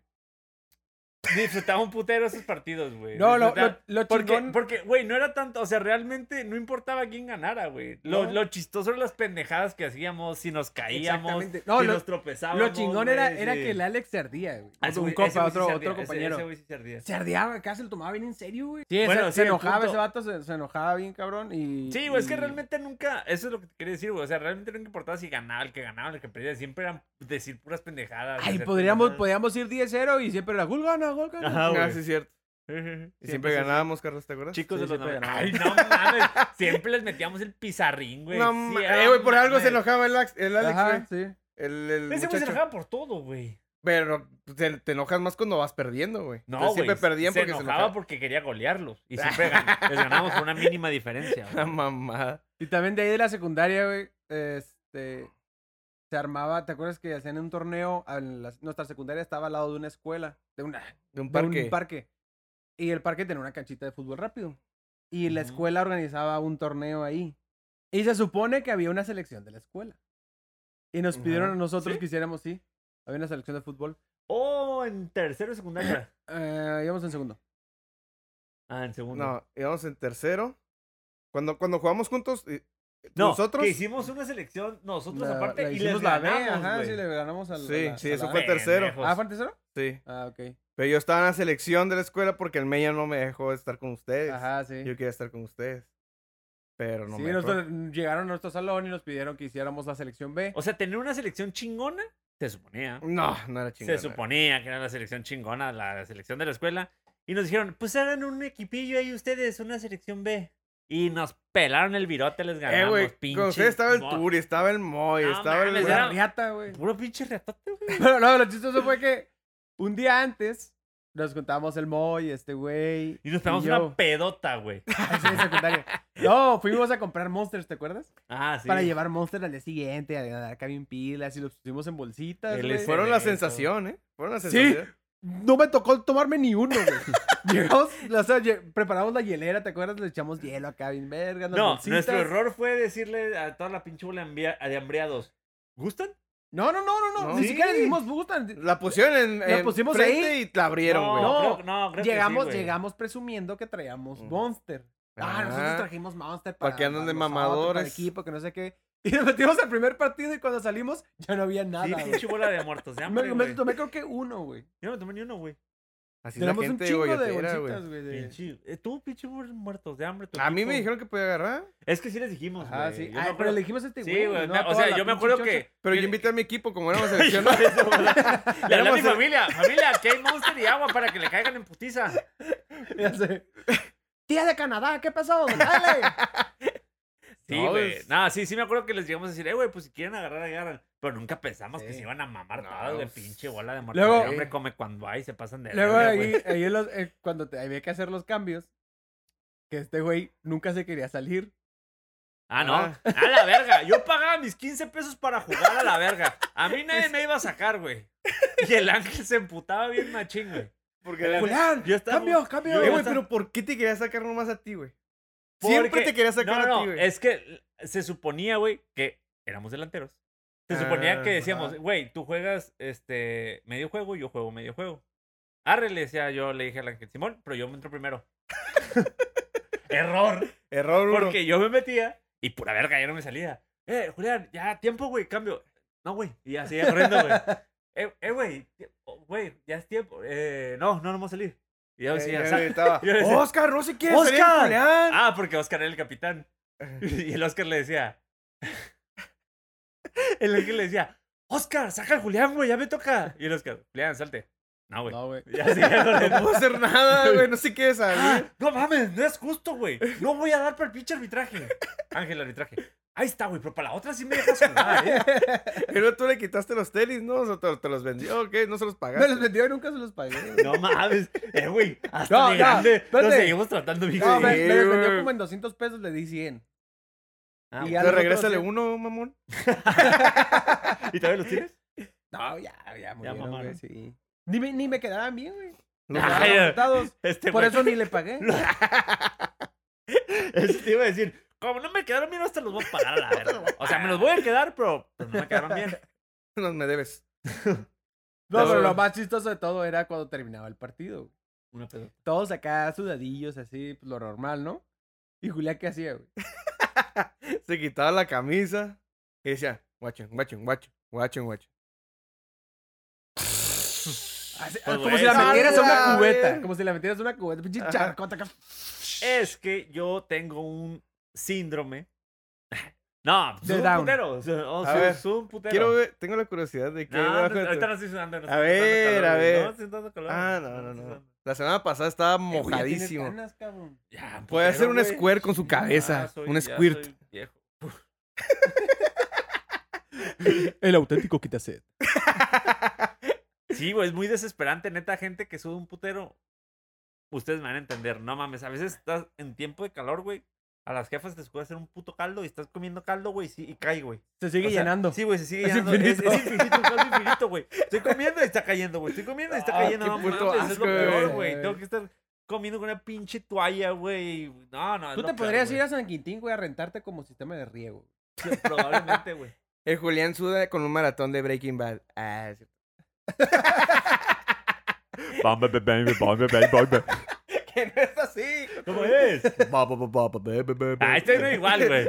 S2: disfrutaba un putero esos partidos, güey.
S1: No, lo,
S2: Disfrutaba-
S1: lo, lo
S2: Porque,
S1: chingón-
S2: porque, güey, no era tanto, o sea, realmente no importaba quién ganara, güey. Lo,
S1: No.
S2: lo chistoso eran las pendejadas que hacíamos, si nos caíamos,
S1: Exactamente. No,
S2: si
S1: lo-
S2: nos tropezábamos.
S1: Lo chingón era,
S2: güey,
S1: era
S2: sí.
S1: que el Alex se ardía, güey.
S2: Ah, ese
S1: Otro- Un
S2: güey- ese
S1: compa,
S2: güey sí
S1: otro,
S2: se
S1: otro
S2: ardía, ese-
S1: compañero.
S2: ese güey sí se ardía.
S1: Se ardeaba, acá se lo tomaba bien en serio, güey. Sí,
S2: Bueno,
S1: se,
S2: sí,
S1: se
S2: el
S1: enojaba
S2: punto-
S1: ese vato, se, se enojaba bien, cabrón. Y,
S2: Sí, güey, es que
S1: y-
S2: realmente nunca, eso es lo que te quería decir, güey. O sea, realmente nunca importaba si ganaba el que ganaba, el que perdía. Siempre eran decir puras pendejadas.
S1: Ay,
S2: hacer
S1: podríamos,
S2: pendejadas.
S1: podríamos ir 10-0 y siempre era gol gana, gol gana.
S2: Ajá, güey.
S3: Ah, sí, es cierto. Y siempre
S1: Siempre se-
S3: ganábamos, Carlos, ¿te acuerdas?
S2: [laughs] Chicos
S1: pues. Sí,
S2: de los
S1: siempre
S2: noven- Ay, no mames. Siempre les metíamos el pizarrín, güey.
S3: No,
S2: Sí, ah,
S3: ma-
S2: era
S3: eh, güey, por
S2: un
S3: algo se
S2: mame.
S3: enojaba el, Ax- el Alex,
S1: Ajá,
S3: güey.
S1: sí.
S3: El, el
S2: Ese güey se
S3: muchacho.
S2: enojaba por todo, güey.
S3: Pero pues, te, te enojas más cuando vas perdiendo, güey.
S2: No,
S3: Entonces,
S2: güey.
S3: Siempre perdían
S2: se
S3: porque
S2: enojaba,
S3: se [laughs] enojaban.
S2: porque quería golearlos. [laughs] Y siempre gan- les ganamos por una mínima diferencia. güey.
S3: Una mamada.
S1: Y también de ahí de la secundaria, güey, este, se armaba, ¿te acuerdas que hacían un torneo? En la- nuestra secundaria estaba al lado de una escuela, de, una,
S3: De un
S1: de
S3: parque.
S1: un parque. Y el parque tenía una canchita de fútbol rápido. Y la
S2: Ujú.
S1: escuela organizaba un torneo ahí. Y se supone que había una selección de la escuela. Y nos pidieron
S3: Ajá.
S1: a nosotros
S2: ¿Sí?
S1: que hiciéramos, sí, había una selección de fútbol.
S2: [laughs] Oh, en tercero y secundaria.
S1: Eh, íbamos en segundo.
S2: Ah, en segundo.
S3: No, íbamos en tercero. Cuando, cuando jugamos juntos, eh,
S2: No,
S3: nosotros.
S2: que hicimos una selección nosotros
S1: La-
S2: aparte
S1: la
S2: y les
S1: hicimos
S2: la ganamos,
S1: ajá,
S2: güey.
S1: sí, le ganamos al
S3: Sí,
S1: a la-
S3: sí,
S1: a
S3: eso
S1: la
S3: fue
S1: B.
S3: tercero.
S2: Pendejos.
S1: Ah, ¿fue el tercero?
S3: Sí.
S1: Ah, ok.
S3: Pero yo estaba en la selección de la escuela porque el Meña no me dejó estar con ustedes.
S1: Ajá, sí.
S3: Yo quería estar con ustedes. Pero no
S1: sí,
S3: me.
S1: nosotros llegaron a nuestro salón y nos pidieron que hiciéramos la selección B.
S2: O sea, tener una selección chingona, se suponía.
S3: No, no era chingón.
S2: Se suponía que era la selección chingona, la, la selección de la escuela. Y nos dijeron, pues hagan un equipillo ahí ustedes, una selección B. Y nos pelaron el virote, les
S3: Eh,
S2: ganamos,
S3: güey.
S2: pinche.
S3: Con ustedes estaba el
S2: mo-
S3: Turi, estaba el Moy,
S2: No
S3: estaba el.
S2: mames,
S1: Pura
S2: era-
S1: riata, güey.
S2: Puro pinche reatote, güey.
S1: Pero no, lo chistoso fue que un día antes nos juntábamos el Moy, este güey.
S2: Y nos pegamos
S1: yo.
S2: [laughs]
S1: [laughs]
S2: una pedota, güey.
S1: Así de secundaria. No, fuimos a comprar Monsters, ¿te acuerdas?
S2: Ah, sí.
S1: Para llevar Monsters al día siguiente, a dar acá bien pilas y los pusimos en bolsitas,
S2: El
S1: güey.
S2: ese-
S3: Fueron la
S2: Eso.
S3: sensación, ¿eh? Fueron la
S1: Sí.
S3: sensación.
S1: No me tocó tomarme ni uno,
S2: [laughs]
S1: güey. Llegamos, o sea, lle- preparamos la hielera, ¿te acuerdas? Le echamos hielo acá bien verga, las
S2: No,
S1: bolsitas.
S2: nuestro error fue decirle a toda la pinche bola hambia- de hambreados, ¿gustan?
S1: No, no, no, no, no,
S3: No.
S1: ni
S3: Sí.
S1: siquiera le dimos gustan.
S3: La pusieron en.
S1: La
S3: en
S1: pusimos
S3: frente
S1: ahí.
S3: y la abrieron, güey.
S1: no.
S2: creo- no, creo que sí,
S1: llegamos,
S2: güey.
S1: llegamos presumiendo que traíamos
S3: Mm.
S1: Monster. Ah,
S3: Ah.
S1: nosotros trajimos Monster
S3: Pa'
S1: para,
S3: que anden de
S1: nosotros, Para el
S3: mamadores.
S1: equipo, que no sé qué. [laughs] Y nos metimos al primer partido y cuando salimos ya no había nada.
S2: Sí,
S1: güey.
S2: pinche bola de
S1: [laughs]
S2: muertos de hambre,
S1: me, me
S2: güey.
S1: tomé creo que uno, güey.
S2: Yo no tomé ni uno, güey.
S3: Así es la
S1: Tenemos un
S3: gente
S1: chingo de
S3: goyotera, güey.
S1: bolsitas, güey. de-
S2: Pinche, eh, tú, pinche bola de muertos de hambre. tu
S3: A mí
S2: equipo.
S3: me dijeron que podía agarrar.
S2: Es que sí les dijimos, güey.
S1: Ajá, sí.
S2: Yo
S1: Ay,
S2: me
S1: pero
S2: acuerdo-
S1: elegimos a este güey.
S2: Sí, güey.
S1: no
S2: me-
S1: a
S2: o
S1: toda
S2: sea,
S1: la
S2: yo me
S1: pinche
S2: acuerdo
S1: chocha.
S2: que.
S3: Pero yo invité a mi equipo, como éramos selección. ¿no?
S2: Le hablé a
S3: Éramos
S2: mi
S3: el-
S2: familia. Familia, aquí hay monster y agua para que le caigan en putiza.
S1: [laughs] Ya sé. Tía de Canadá, ¿qué
S2: [laughs]
S1: pasó? Dale.
S2: Sí,
S3: No, pues
S2: güey.
S3: es-
S2: Nada, sí, sí me acuerdo que les llegamos a decir, eh, güey, pues si quieren agarrar, agarran. Pero nunca pensamos que
S1: Sí.
S2: se iban a mamar
S3: No,
S2: todas de
S3: pues,
S2: pinche bola de muertos.
S1: luego-
S2: de hambre come cuando hay, se pasan de
S1: Luego
S2: verga,
S1: ahí,
S2: güey.
S1: ahí en los- eh, cuando te- había que hacer los cambios, que este güey nunca se quería salir.
S2: Ah, no.
S3: Ah.
S2: A la verga. Yo pagaba mis 15 pesos para jugar a la verga. A mí nadie me iba a sacar, güey. Y el ángel se emputaba bien machín, güey.
S3: Porque la-
S1: Julián,
S2: yo estaba-
S1: cambio, cambio.
S2: yo
S3: Eh, güey,
S2: estaba-
S3: pero ¿por qué te quería sacar nomás a ti, güey?
S2: Porque-
S3: Siempre te quería
S2: No,
S3: [laughs] sacar
S2: no,
S3: a ti, güey.
S2: es que se suponía, güey, que éramos delanteros. Se suponía
S3: Ah,
S2: que decíamos,
S3: ajá.
S2: güey, tú juegas este medio juego, yo juego medio juego. Arre, le decía yo, le dije al Ángel Simón, pero yo me entro
S3: [laughs]
S2: primero. Error.
S3: Error uno.
S2: Porque yo me metía y pura verga, ya no me salía. Eh, Julián, ya tiempo, güey, cambio. No, güey. Y así corriendo,
S3: [laughs]
S2: güey. Eh, eh, güey, tie- oh, güey, ya es tiempo. Eh, no, no, no vamos a salir. Y yo
S3: Eh,
S2: decía,
S3: yo
S2: "Sa-
S3: gritaba,
S2: yo decía,
S3: Oscar, no se quiere
S2: "Oscar".
S3: salir con
S2: [laughs]
S3: Julián".
S2: Ah, porque Oscar era el capitán. [laughs] Y el Oscar le decía. [laughs] El Ángel le decía, Oscar, saca al Julián, güey, ya me toca. Y el Oscar, Julián, salte. No, güey.
S1: No, güey.
S2: [laughs] Y así, ya corriendo. [laughs]
S3: No puedo hacer nada, güey. No se quiere
S2: "Ah,
S3: salir.
S2: no mames, no es justo, güey. No voy a dar para el pinche [laughs] arbitraje. Ángel, arbitraje. Ahí está, güey, pero para la otra sí me dejas jugar, ¿eh?
S3: Pero tú le quitaste los tenis, ¿no? O sea, te, te los vendió, ¿qué? No se los
S1: Me
S3: pagaste.
S1: los vendió y nunca se los pagué. güey.
S2: [laughs] No mames, eh, güey. Hasta
S1: No,
S2: de
S1: no,
S2: grande lo
S1: espérate.
S2: seguimos tratando bien.
S1: No, me,
S3: Sí,
S1: me los vendió
S3: güey.
S1: como en 200 pesos, le di 100.
S2: Ah,
S1: y
S2: güey.
S1: ya
S3: Pero
S1: los
S3: regrésale
S1: otros-
S3: uno, mamón.
S2: ¿Y todavía los tienes?
S1: No, ya, ya murieron,
S2: mamaron.
S1: güey, sí. Ni me, ni me quedaban bien, güey.
S3: Los-
S2: Ah,
S1: Estaban
S2: ya.
S1: agotados.
S2: Este,
S1: Por
S2: [laughs] güey.
S1: eso ni le pagué.
S2: Eso te iba a decir. Como no me quedaron bien, hasta los voy a pagar [laughs] a la verga. O sea, me los voy a quedar, pero pues, no me quedaron bien.
S3: No me debes.
S1: No, pero lo
S3: bueno.
S1: más chistoso de todo era cuando terminaba el partido. güey.
S2: [laughs] Una pedo.
S1: Todos acá sudadillos, así, pues, lo normal, ¿no? Y Julián, ¿qué hacía, güey?
S3: Se quitaba la camisa y decía, guacho, guacho, guacho, guacho, guacho.
S1: Así-
S2: Pues,
S1: como
S2: güey,
S1: si la
S2: esa-
S1: metieras a
S3: ¡Ah,
S1: una
S3: la
S1: cubeta.
S3: verga!
S1: Como si la metieras a una cubeta. Pinche
S3: Ajá.
S1: charcota acá.
S2: Es que yo tengo un síndrome. [laughs] No, pues,
S1: De
S2: soy un
S1: Down.
S2: putero. o sea, oh,
S3: A
S2: soy-
S3: ver,
S2: soy un putero.
S3: Quiero ver, tengo la curiosidad de que...
S2: No, no,
S3: debajo de
S2: ahorita
S3: tu-
S2: no estoy sudando. no
S3: A
S2: estoy
S3: ver,
S2: sudando
S3: a
S2: calor, güey,
S3: ver.
S2: No estoy sudando calor.
S3: Ah, no, no,
S2: estoy
S3: no.
S2: sudando.
S3: La semana pasada estaba mojadísimo.
S2: Ya, un
S3: Puede hacer
S2: putero,
S3: un
S2: güey.
S3: squirt con su cabeza,
S2: Ah, soy-
S3: un
S2: ya
S3: squirt.
S2: soy viejo.
S1: El auténtico quitaset.
S2: Sí, güey, es muy desesperante, neta, gente que sube un putero. Ustedes me van a entender, no mames, a veces estás en tiempo de calor, güey. A las jefas te puede hacer un puto caldo y estás comiendo caldo, güey, sí, y cae, güey.
S1: Se sigue
S2: O sea,
S1: llenando.
S2: Sí, güey, se sigue
S1: Es
S2: llenando. Es es
S1: infinito.
S2: infinito, es caldo infinito, güey.
S1: [laughs]
S2: Estoy comiendo y está cayendo, güey. Estoy comiendo y está
S3: Ah,
S2: cayendo.
S3: qué
S2: No
S3: puto
S2: mames, es lo
S3: asco,
S2: peor,
S1: güey.
S2: güey. Tengo que estar comiendo con una pinche toalla, güey. No,
S3: Ah,
S2: no. es
S1: Tú
S2: lo
S1: te
S2: peor,
S1: podrías
S2: güey.
S1: ir a San Quintín, güey, a rentarte como sistema de riego.
S2: Sí, [laughs]
S1: [laughs]
S2: Probablemente, güey.
S3: El Julián suda con un maratón de Breaking Bad. Ah, sí. [laughs] que no es así.
S2: ¿Cómo es?
S5: Ba, ba, ba, ba, ba, ba, ba, ba, ba.
S2: Ah, este no es igual, güey.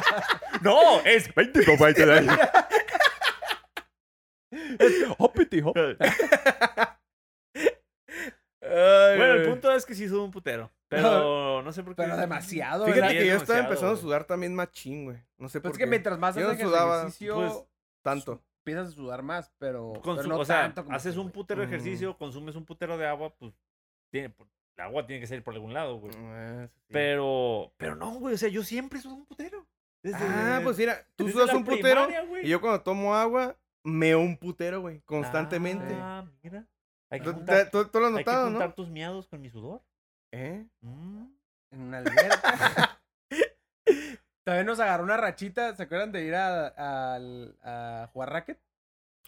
S1: [laughs]
S2: No, es. [laughs]
S1: Hopiti, hop.
S2: Bueno,
S3: Eh.
S2: el punto es que sí sube un
S3: [laughs]
S2: putero. Pero no sé por qué.
S1: Pero demasiado,
S3: Fíjate
S1: ¿verdad?
S2: Sí,
S3: que yo
S2: es
S3: estaba
S2: demasiado,
S3: empezando a
S2: güey.
S3: sudar también machín, güey. No sé
S1: Pues
S3: por
S1: es
S3: qué.
S1: que mientras más
S3: Yo no
S1: haces
S3: sudaba,
S1: ejercicio,
S2: pues,
S3: Tanto.
S1: empiezas a sudar más, pero,
S2: Con
S1: pero
S2: su-
S1: no
S2: o sea,
S1: tanto como
S2: haces
S1: que,
S2: un
S1: güey.
S2: putero de
S3: Mm.
S2: ejercicio, consumes un putero de agua, pues. Tiene, por- el agua tiene que salir por algún lado, güey.
S3: Ah, sí.
S2: Pero. Pero no, güey. O sea, yo siempre sudo un putero. Desde-
S3: Ah, pues mira, tú
S2: desde
S3: sudas
S2: la
S3: un putero
S2: primaria, güey.
S3: y yo cuando tomo agua meo un putero, güey, constantemente.
S2: Ah, mira. Hay que
S3: ¿Tú,
S2: juntar,
S3: te- tú- tú lo has
S2: hay que
S3: notado,
S2: juntar
S3: no?
S2: tus miados con mi sudor.
S3: ¿Eh?
S2: Mm.
S1: En una alberca. [laughs] También nos agarró una rachita, ¿se acuerdan de ir a, al- a jugar racket?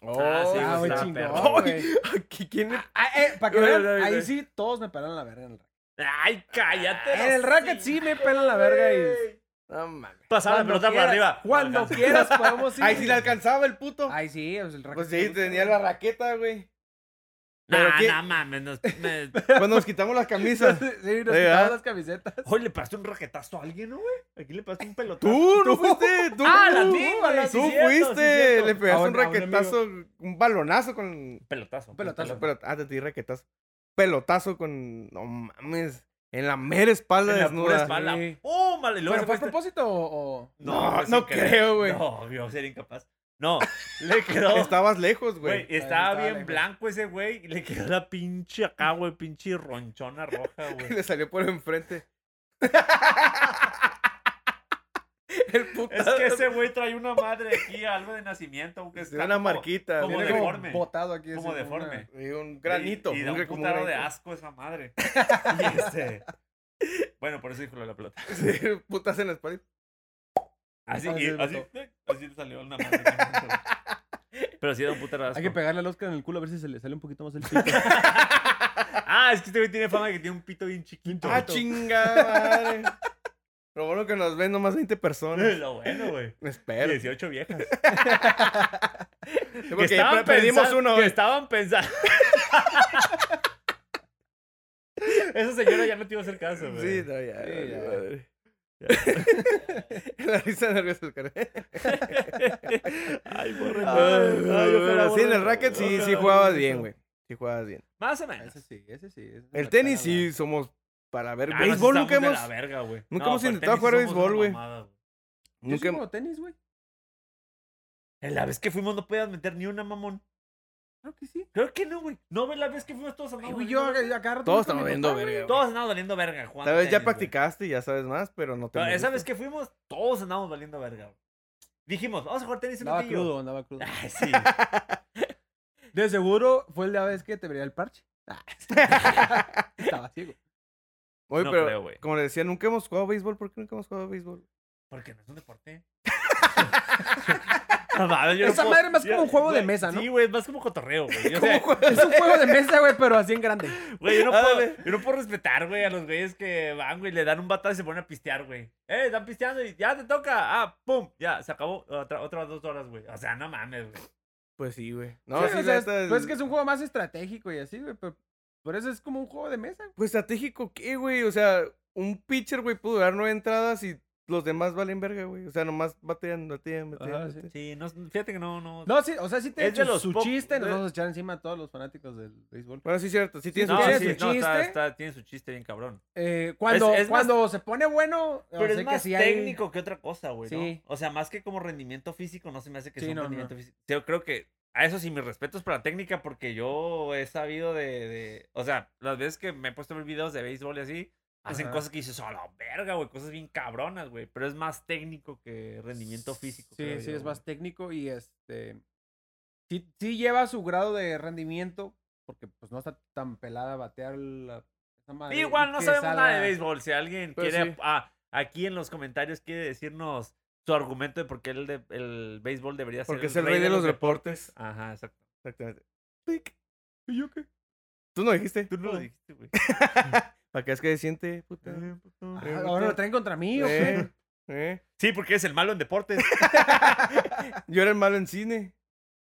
S3: Oh,
S2: Ah,
S3: pues,
S1: Ah,
S2: sí,
S1: güey,
S2: güey, estaba
S1: chingón,
S2: perro.
S1: güey.
S3: ¿Qui- ¿Quién le-
S1: Ah, eh, para que
S3: Güey,
S1: vean,
S3: güey,
S1: ahí
S3: güey.
S1: sí todos me pararon la verga en el racket.
S2: Ay, cállate.
S1: En el racket sí me pelan la verga y...
S3: No mames.
S2: Pasaba la
S1: cuando
S2: pelota para
S1: quieras-
S2: arriba.
S1: Cuando
S2: Alcanza.
S1: quieras podemos ir.
S3: [laughs] Ahí sí le alcanzaba el puto.
S1: Ahí sí, pues el racket.
S3: Pues
S1: sí me
S3: sí,
S1: gusta,
S3: tenía
S1: güey.
S3: la raqueta, güey. Pero
S2: Nah,
S3: qué-
S2: nah, mames. nos- me-
S3: Cuando nos quitamos
S2: [laughs]
S3: las camisas.
S1: [laughs] Sí, nos
S3: Sí,
S1: quitaba
S3: ¿ah?
S1: las camisetas.
S2: Hoy le pasaste un raquetazo a alguien, ¿no, güey? Aquí le pasaste un pelotazo.
S3: Tú no fuiste, tú.
S2: Ah, la
S3: tú,
S2: vi, güey, sí,
S3: Tú
S2: cierto, sí,
S3: fuiste,
S2: cierto. Ah,
S3: le
S1: A
S3: pegaste
S1: un- a
S3: un
S1: un
S3: raquetazo, un balonazo con
S2: Pelotazo.
S1: Un pelotazo.
S3: Pelota- Ah, te di raquetazo. Pelotazo con. No mames. En la mera espalda
S2: En la pura
S3: desnuda.
S2: espalda.
S1: Sí.
S2: ¡Oh, mal! Y luego
S1: ¿Pero
S2: se
S1: fue a
S2: fue este-
S1: propósito o...? o-
S3: No,
S2: fue sin
S3: no
S2: querer.
S3: creo, güey.
S2: No, yo sería incapaz. No, le quedó.
S3: Estabas lejos,
S2: Güey,
S3: güey.
S2: estaba
S1: estaba
S2: bien
S1: lejos.
S2: blanco ese güey y le quedó la pinche acá, güey, pinche ronchona roja, güey.
S3: [laughs] Le salió por enfrente. [laughs] El puto.
S2: Es que ese güey trae una madre aquí, algo de nacimiento, aunque es
S3: una marquita.
S2: como
S3: viene
S1: Como
S3: como-
S2: deforme.
S1: botado aquí.
S2: Como
S1: así, una-
S2: deforme.
S3: y un granito.
S2: Y, y da un
S3: gr- como
S2: putaro de
S3: granito.
S2: asco esa madre. Y este- Bueno, por eso dijo lo de la pelota.
S3: [laughs] Sí, putas en la espalda.
S2: Así,
S1: Ah,
S2: y-
S1: sí, me
S2: así, eh, así le salió una madre. Pero sí da un putero de asco.
S1: Hay que pegarle al Oscar en el culo a ver si se le sale un poquito más el pito. [laughs]
S2: ah, es que este güey tiene fama de que tiene un pito bien chiquito.
S3: Ah, chinga madre. Lo bueno que nos ven nomás 20 personas.
S2: Lo bueno, güey.
S3: Espero.
S2: 18 viejas.
S3: Sí,
S2: Que
S3: Porque
S2: estaban
S3: pe- pedimos
S2: pensan-
S3: uno.
S2: Que
S3: güey.
S2: estaban pensando. [laughs] Esa señora ya no te iba a hacer caso, güey.
S3: Sí, no, ya.
S1: Sí,
S3: vale, [laughs]
S1: ya.
S3: madre. La risa nerviosa del cara.
S2: Ay, borre.
S3: Ah, Sí, en el racket sí, sí jugabas bien, güey. Sí jugabas bien.
S2: Más o
S1: Ah,
S2: menos.
S1: ese sí, ese sí. ese se
S3: El
S1: le
S3: tenis
S1: pela la-
S3: sí somos para ver.
S2: Ahí
S3: béisbol
S2: Ah, sí
S3: nunca
S2: estamos de
S3: hemos.
S2: la verga, güey.
S3: nunca
S2: No,
S3: hemos
S2: pero
S3: intentado
S2: tenis
S3: jugar
S2: somos
S3: béisbol,
S2: una
S3: güey.
S2: mamada, güey.
S1: Yo sí
S3: Nunca.
S1: juego tenis, güey.
S2: En La vez que fuimos no podías meter ni una mamón.
S1: Claro que sí.
S2: Creo que no, güey. No ves la vez que fuimos todos
S1: Ay,
S2: andando.
S1: güey,
S2: doliendo
S1: yo,
S2: verga.
S1: yo acá
S3: Todos estamos viendo verga,
S2: Todos andamos doliendo verga jugando.
S3: Tal vez ya
S2: tenis, güey.
S3: practicaste y ya sabes más, pero no te.
S2: Pero esa
S3: molesta.
S2: vez que fuimos, todos andamos valiendo verga. güey. Dijimos, vamos a jugar tenis un
S1: Andaba
S2: [laughs] ratillo.
S1: crudo, andaba [laughs] crudo.
S2: Ah, sí.
S1: De seguro fue la vez que te vería el [laughs] parche. Ah. [laughs] Estaba ciego.
S3: Oye,
S2: No
S3: pero
S2: creo, güey.
S3: como les decía, nunca hemos jugado béisbol. ¿Por qué nunca hemos jugado béisbol?
S2: Porque no es un deporte. [laughs] No mames, yo
S1: Esa
S2: puedo-
S1: madre más
S2: yo-
S1: como un juego de
S2: güey,
S1: mesa, ¿no?
S2: Sí, güey, es más como cotorreo, güey. Yo,
S3: ¿Cómo
S2: sé,
S3: juegas?
S1: Es un juego de mesa, güey, pero así en grande.
S2: güey, yo no puedo,
S3: Ándale.
S2: yo no puedo respetar, güey, a los güeyes que van, güey, le dan un batazo y se ponen a pistear, güey. Eh, están pisteando y ya te toca. Ah, pum, ya, se acabó. Otra, otras dos horas, güey. O sea, no mames, güey.
S3: Pues sí, güey.
S1: No,
S3: No, sí,
S1: o
S3: la
S1: sea, es-
S3: neta,
S1: pues es que es un juego más estratégico y así, güey. Pero por eso es como un juego de mesa. güey.
S3: Pues estratégico, ¿qué, güey? O sea, un pitcher, güey, pudo dar nueve entradas y los demás valen verga, güey. O sea, nomás batean, batean, batean.
S1: Ajá, sí.
S3: batean.
S2: Sí, no, fíjate que no, no.
S1: No, sí, o sea, sí te
S2: Es de
S1: su-
S2: los
S1: su
S2: po-
S1: chiste, nos
S2: de-
S1: vamos a echar encima a todos los fanáticos del béisbol.
S3: Bueno, sí, cierto. Sí, tienes
S1: No,
S3: un
S1: sí,
S3: chiste.
S1: sí.
S2: no, está,
S1: chiste.
S2: está- tiene su chiste bien cabrón.
S1: Eh, cuando
S2: es más-
S1: cuando se pone bueno, yo
S2: Pero
S1: sé
S2: es más
S1: sí hay-
S2: técnico que otra cosa, güey. ¿no?
S1: Sí.
S2: O sea, más que como rendimiento físico, no se me hace que
S1: Sí,
S2: sea un
S1: no, no.
S2: rendimiento físico. Yo creo que a eso sí, mis respetos para la técnica, porque yo he sabido de. de- o sea, las veces que me he puesto a ver videos de béisbol y así, hacen
S1: Ajá.
S2: cosas que dices, a la verga, güey, cosas bien cabronas, güey. Pero es más técnico que rendimiento físico.
S1: Sí,
S2: creo
S1: sí,
S2: yo,
S1: es más
S2: güey.
S1: técnico y este. Sí, sí lleva su grado de rendimiento, porque pues no está tan pelada batear la. esa madre,
S2: Igual
S1: y
S2: no
S1: que
S2: sabemos nada de
S1: salga-
S2: béisbol. Si alguien
S3: Pues
S2: quiere.
S3: sí.
S2: ah, aquí en los comentarios quiere decirnos su argumento de por qué el, de- el béisbol debería ser.
S3: Porque es el rey de los deportes.
S2: Ajá, exacto.
S3: Exactamente.
S1: ¿Y yo qué?
S3: Tú no dijiste.
S2: Tú no
S1: Oh.
S2: lo dijiste, güey.
S3: Para que es que siente, puta.
S1: Ah,
S3: Eh,
S1: ahora
S3: ahorita-
S1: lo traen pues. contra mí, ¿o qué?
S3: Eh, eh.
S2: Sí, porque es el malo en deportes.
S3: [laughs] Yo era el malo en cine.